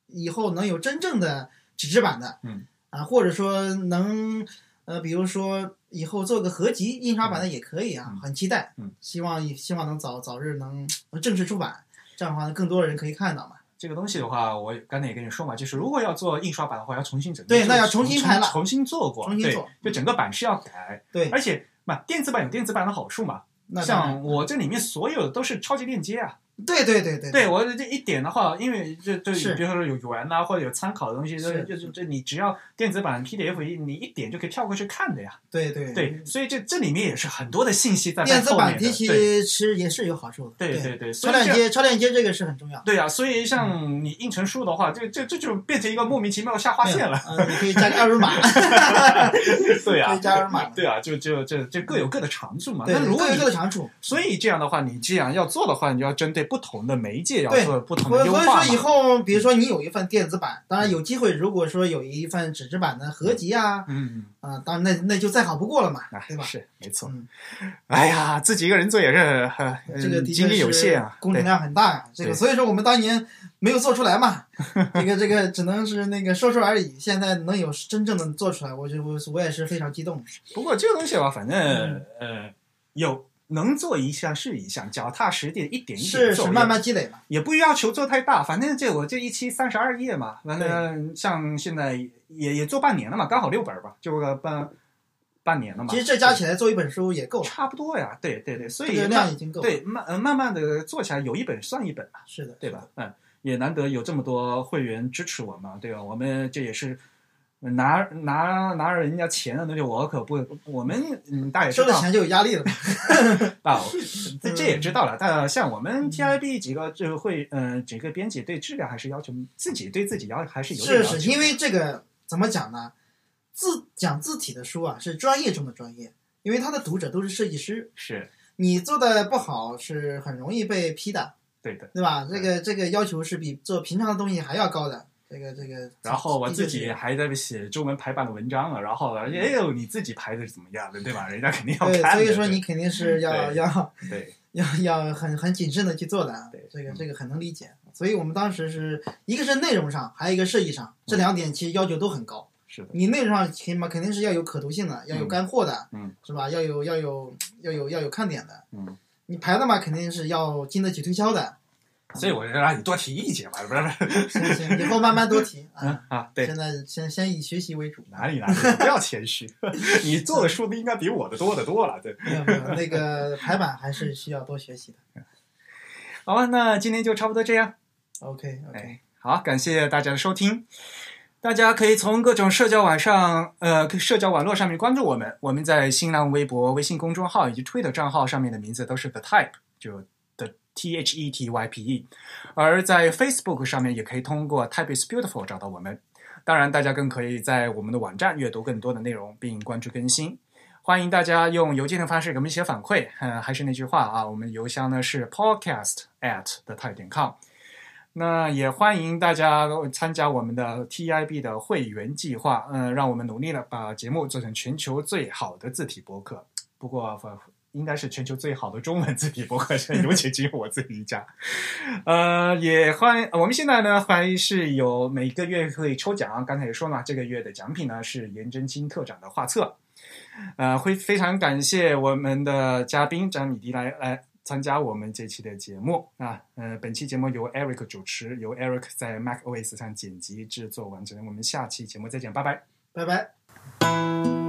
以后能有真正的纸质版的，
嗯，
啊，或者说能呃，比如说以后做个合集印刷版的也可以啊，
嗯
很期待，
嗯，
希望以希望能早早日能能正式出版，这样的话呢，更多人可以看到嘛。
这个东西的话，我刚才也跟你说嘛，就是如果要做印刷版的话，要重新整个
对
做
那要重新排了
重重新做过，
重新做
对，就整个版是要改，
对
而且嘛，电子版有电子版的好处嘛，
那当然
像我这里面所有的都是超级链接啊，
对对对对
对我这一点的话，因为这这
是
比如说有源呐、或者有参考的东西，就是就就就你只要电子版 PDF，你一点就可以跳过去看的呀。
对对
对，，所以这这里面也是很多的信息在在
电子
后面
版
的。
提起
对
其实也是有好处的，
对
对，
对对，所
超
以这
链接超链接这个是很重要的。
对啊，所以
嗯
像你印成书的话，这这这就变成一个莫名其妙的下划线了。
嗯，你可以加个二维码，
对
可
啊
以，加二维码，
对啊，就就就就各有各的长处嘛。
对，
那如果
各有
你
各的长处。
所以这样的话，你既然要做的话，你就要针对不同的媒介要
对
做不同
所
的
以
优
所以
化
说
嘛。
以
嗯
后，比如说你有一份电子版，当然有机会，如果说有一份纸质版的合集啊，
嗯。
啊、当然那那就再好不过了嘛，
哎
对，吧？
是没错。
嗯
哎呀，自己一个人做也是，呃
这个的确
精力有限
是
啊。
工程
对
量很大呀、这个
对
所以说我们当年没有做出来 嘛，这个这个只能是那个说说而已。现在能有真正的做出来，我就我我也是非常激动。
不过这个东西吧，反正
嗯
呃，有能做一项是一项，脚踏实地，一点一点
是
做，
是慢慢积累嘛，
也不要求做太大，反正这我这一期三十二页嘛，完了像现在也也做半年了嘛，刚好六本儿吧，就个半半年了嘛。
其实这加起来做一本书也够了，
差不多呀，对对对，所
这
以
个量
慢
已经够了。
对慢呃慢慢的做起来，有一本算一本嘛，
是的，
对吧？嗯，也难得有这么多会员支持我嘛，对吧？我们这也是。拿拿拿人家钱的东西，我可不，我们嗯，大家也知
收
道
了钱就有压力了嘛。
啊，这
嗯
这也知道了。但像我们 TIB 几个就会，嗯、几个编辑对质量还是要求自己对自己要还是有点
是
要求的。
是，因为这个怎么讲呢？字讲字体的书啊，是专业中的专业，因为他的读者都是设计师，
是
你做的不好是很容易被批的，
对的。
对吧？这个这个要求是比做平常的东西还要高的。这个这个，
然后我
的确
自己
是嗯
还在写中文排版的文章了，然后哎呦你自己排的是怎么样的，对吧？人家肯定要
对，
看的。嗯
所以说你肯定是要
对
要
对对
要要很很谨慎的去做的啊
对，
这个
嗯
这个很能理解。所以我们当时是一个是内容上，还有一个设计上，这两点其实要求都很高。
是的，
你内容上起码肯定是要有可读性的，要有干货的，
嗯，
是吧？要有要有要有要有看点的，
嗯。
你排的嘛，肯定是要经得起推 销的。
所以我就让你多提意见嘛，不是不是
行行，以后慢慢多提啊。
啊？对，
现在先先以学习为主。
哪里哪里，不要谦虚， 你做的书应该比我的多得多了，对。
没有没有，那个排版还是需要多学习的。
好吧，那今天就差不多这样。
OK OK，
哎，好，感谢大家的收听。大家可以从各种社交网上，呃，社交网络上面关注我们。我们在新浪微博、微信公众号以及 Twitter 账号上面的名字都是 The Type，就 The T H E T Y P E。而在 Facebook 上面也可以通过 Type is Beautiful 找到我们。当然，大家更可以在我们的网站阅读更多的内容，并关注更新。欢迎大家用邮件的方式给我们一些反馈。嗯、还是那句话啊，我们邮箱呢是 podcast at the type 点 com。那也欢迎大家参加我们的 TIB 的会员计划，嗯，让我们努力的把节目做成全球最好的字体博客。不过，呃应该是全球最好的中文字体博客，尤其只有我自己一家。呃，也欢迎我们现在呢还是有每个月会抽奖，刚才也说了，这个月的奖品呢是颜真卿特展的画册。呃，会非常感谢我们的嘉宾詹米迪来来参加我们这期的节目啊。呃，本期节目由 Eric 主持，由 Eric 在 Mac OS 上剪辑制作完成。我们下期节目再见，拜拜。
拜拜。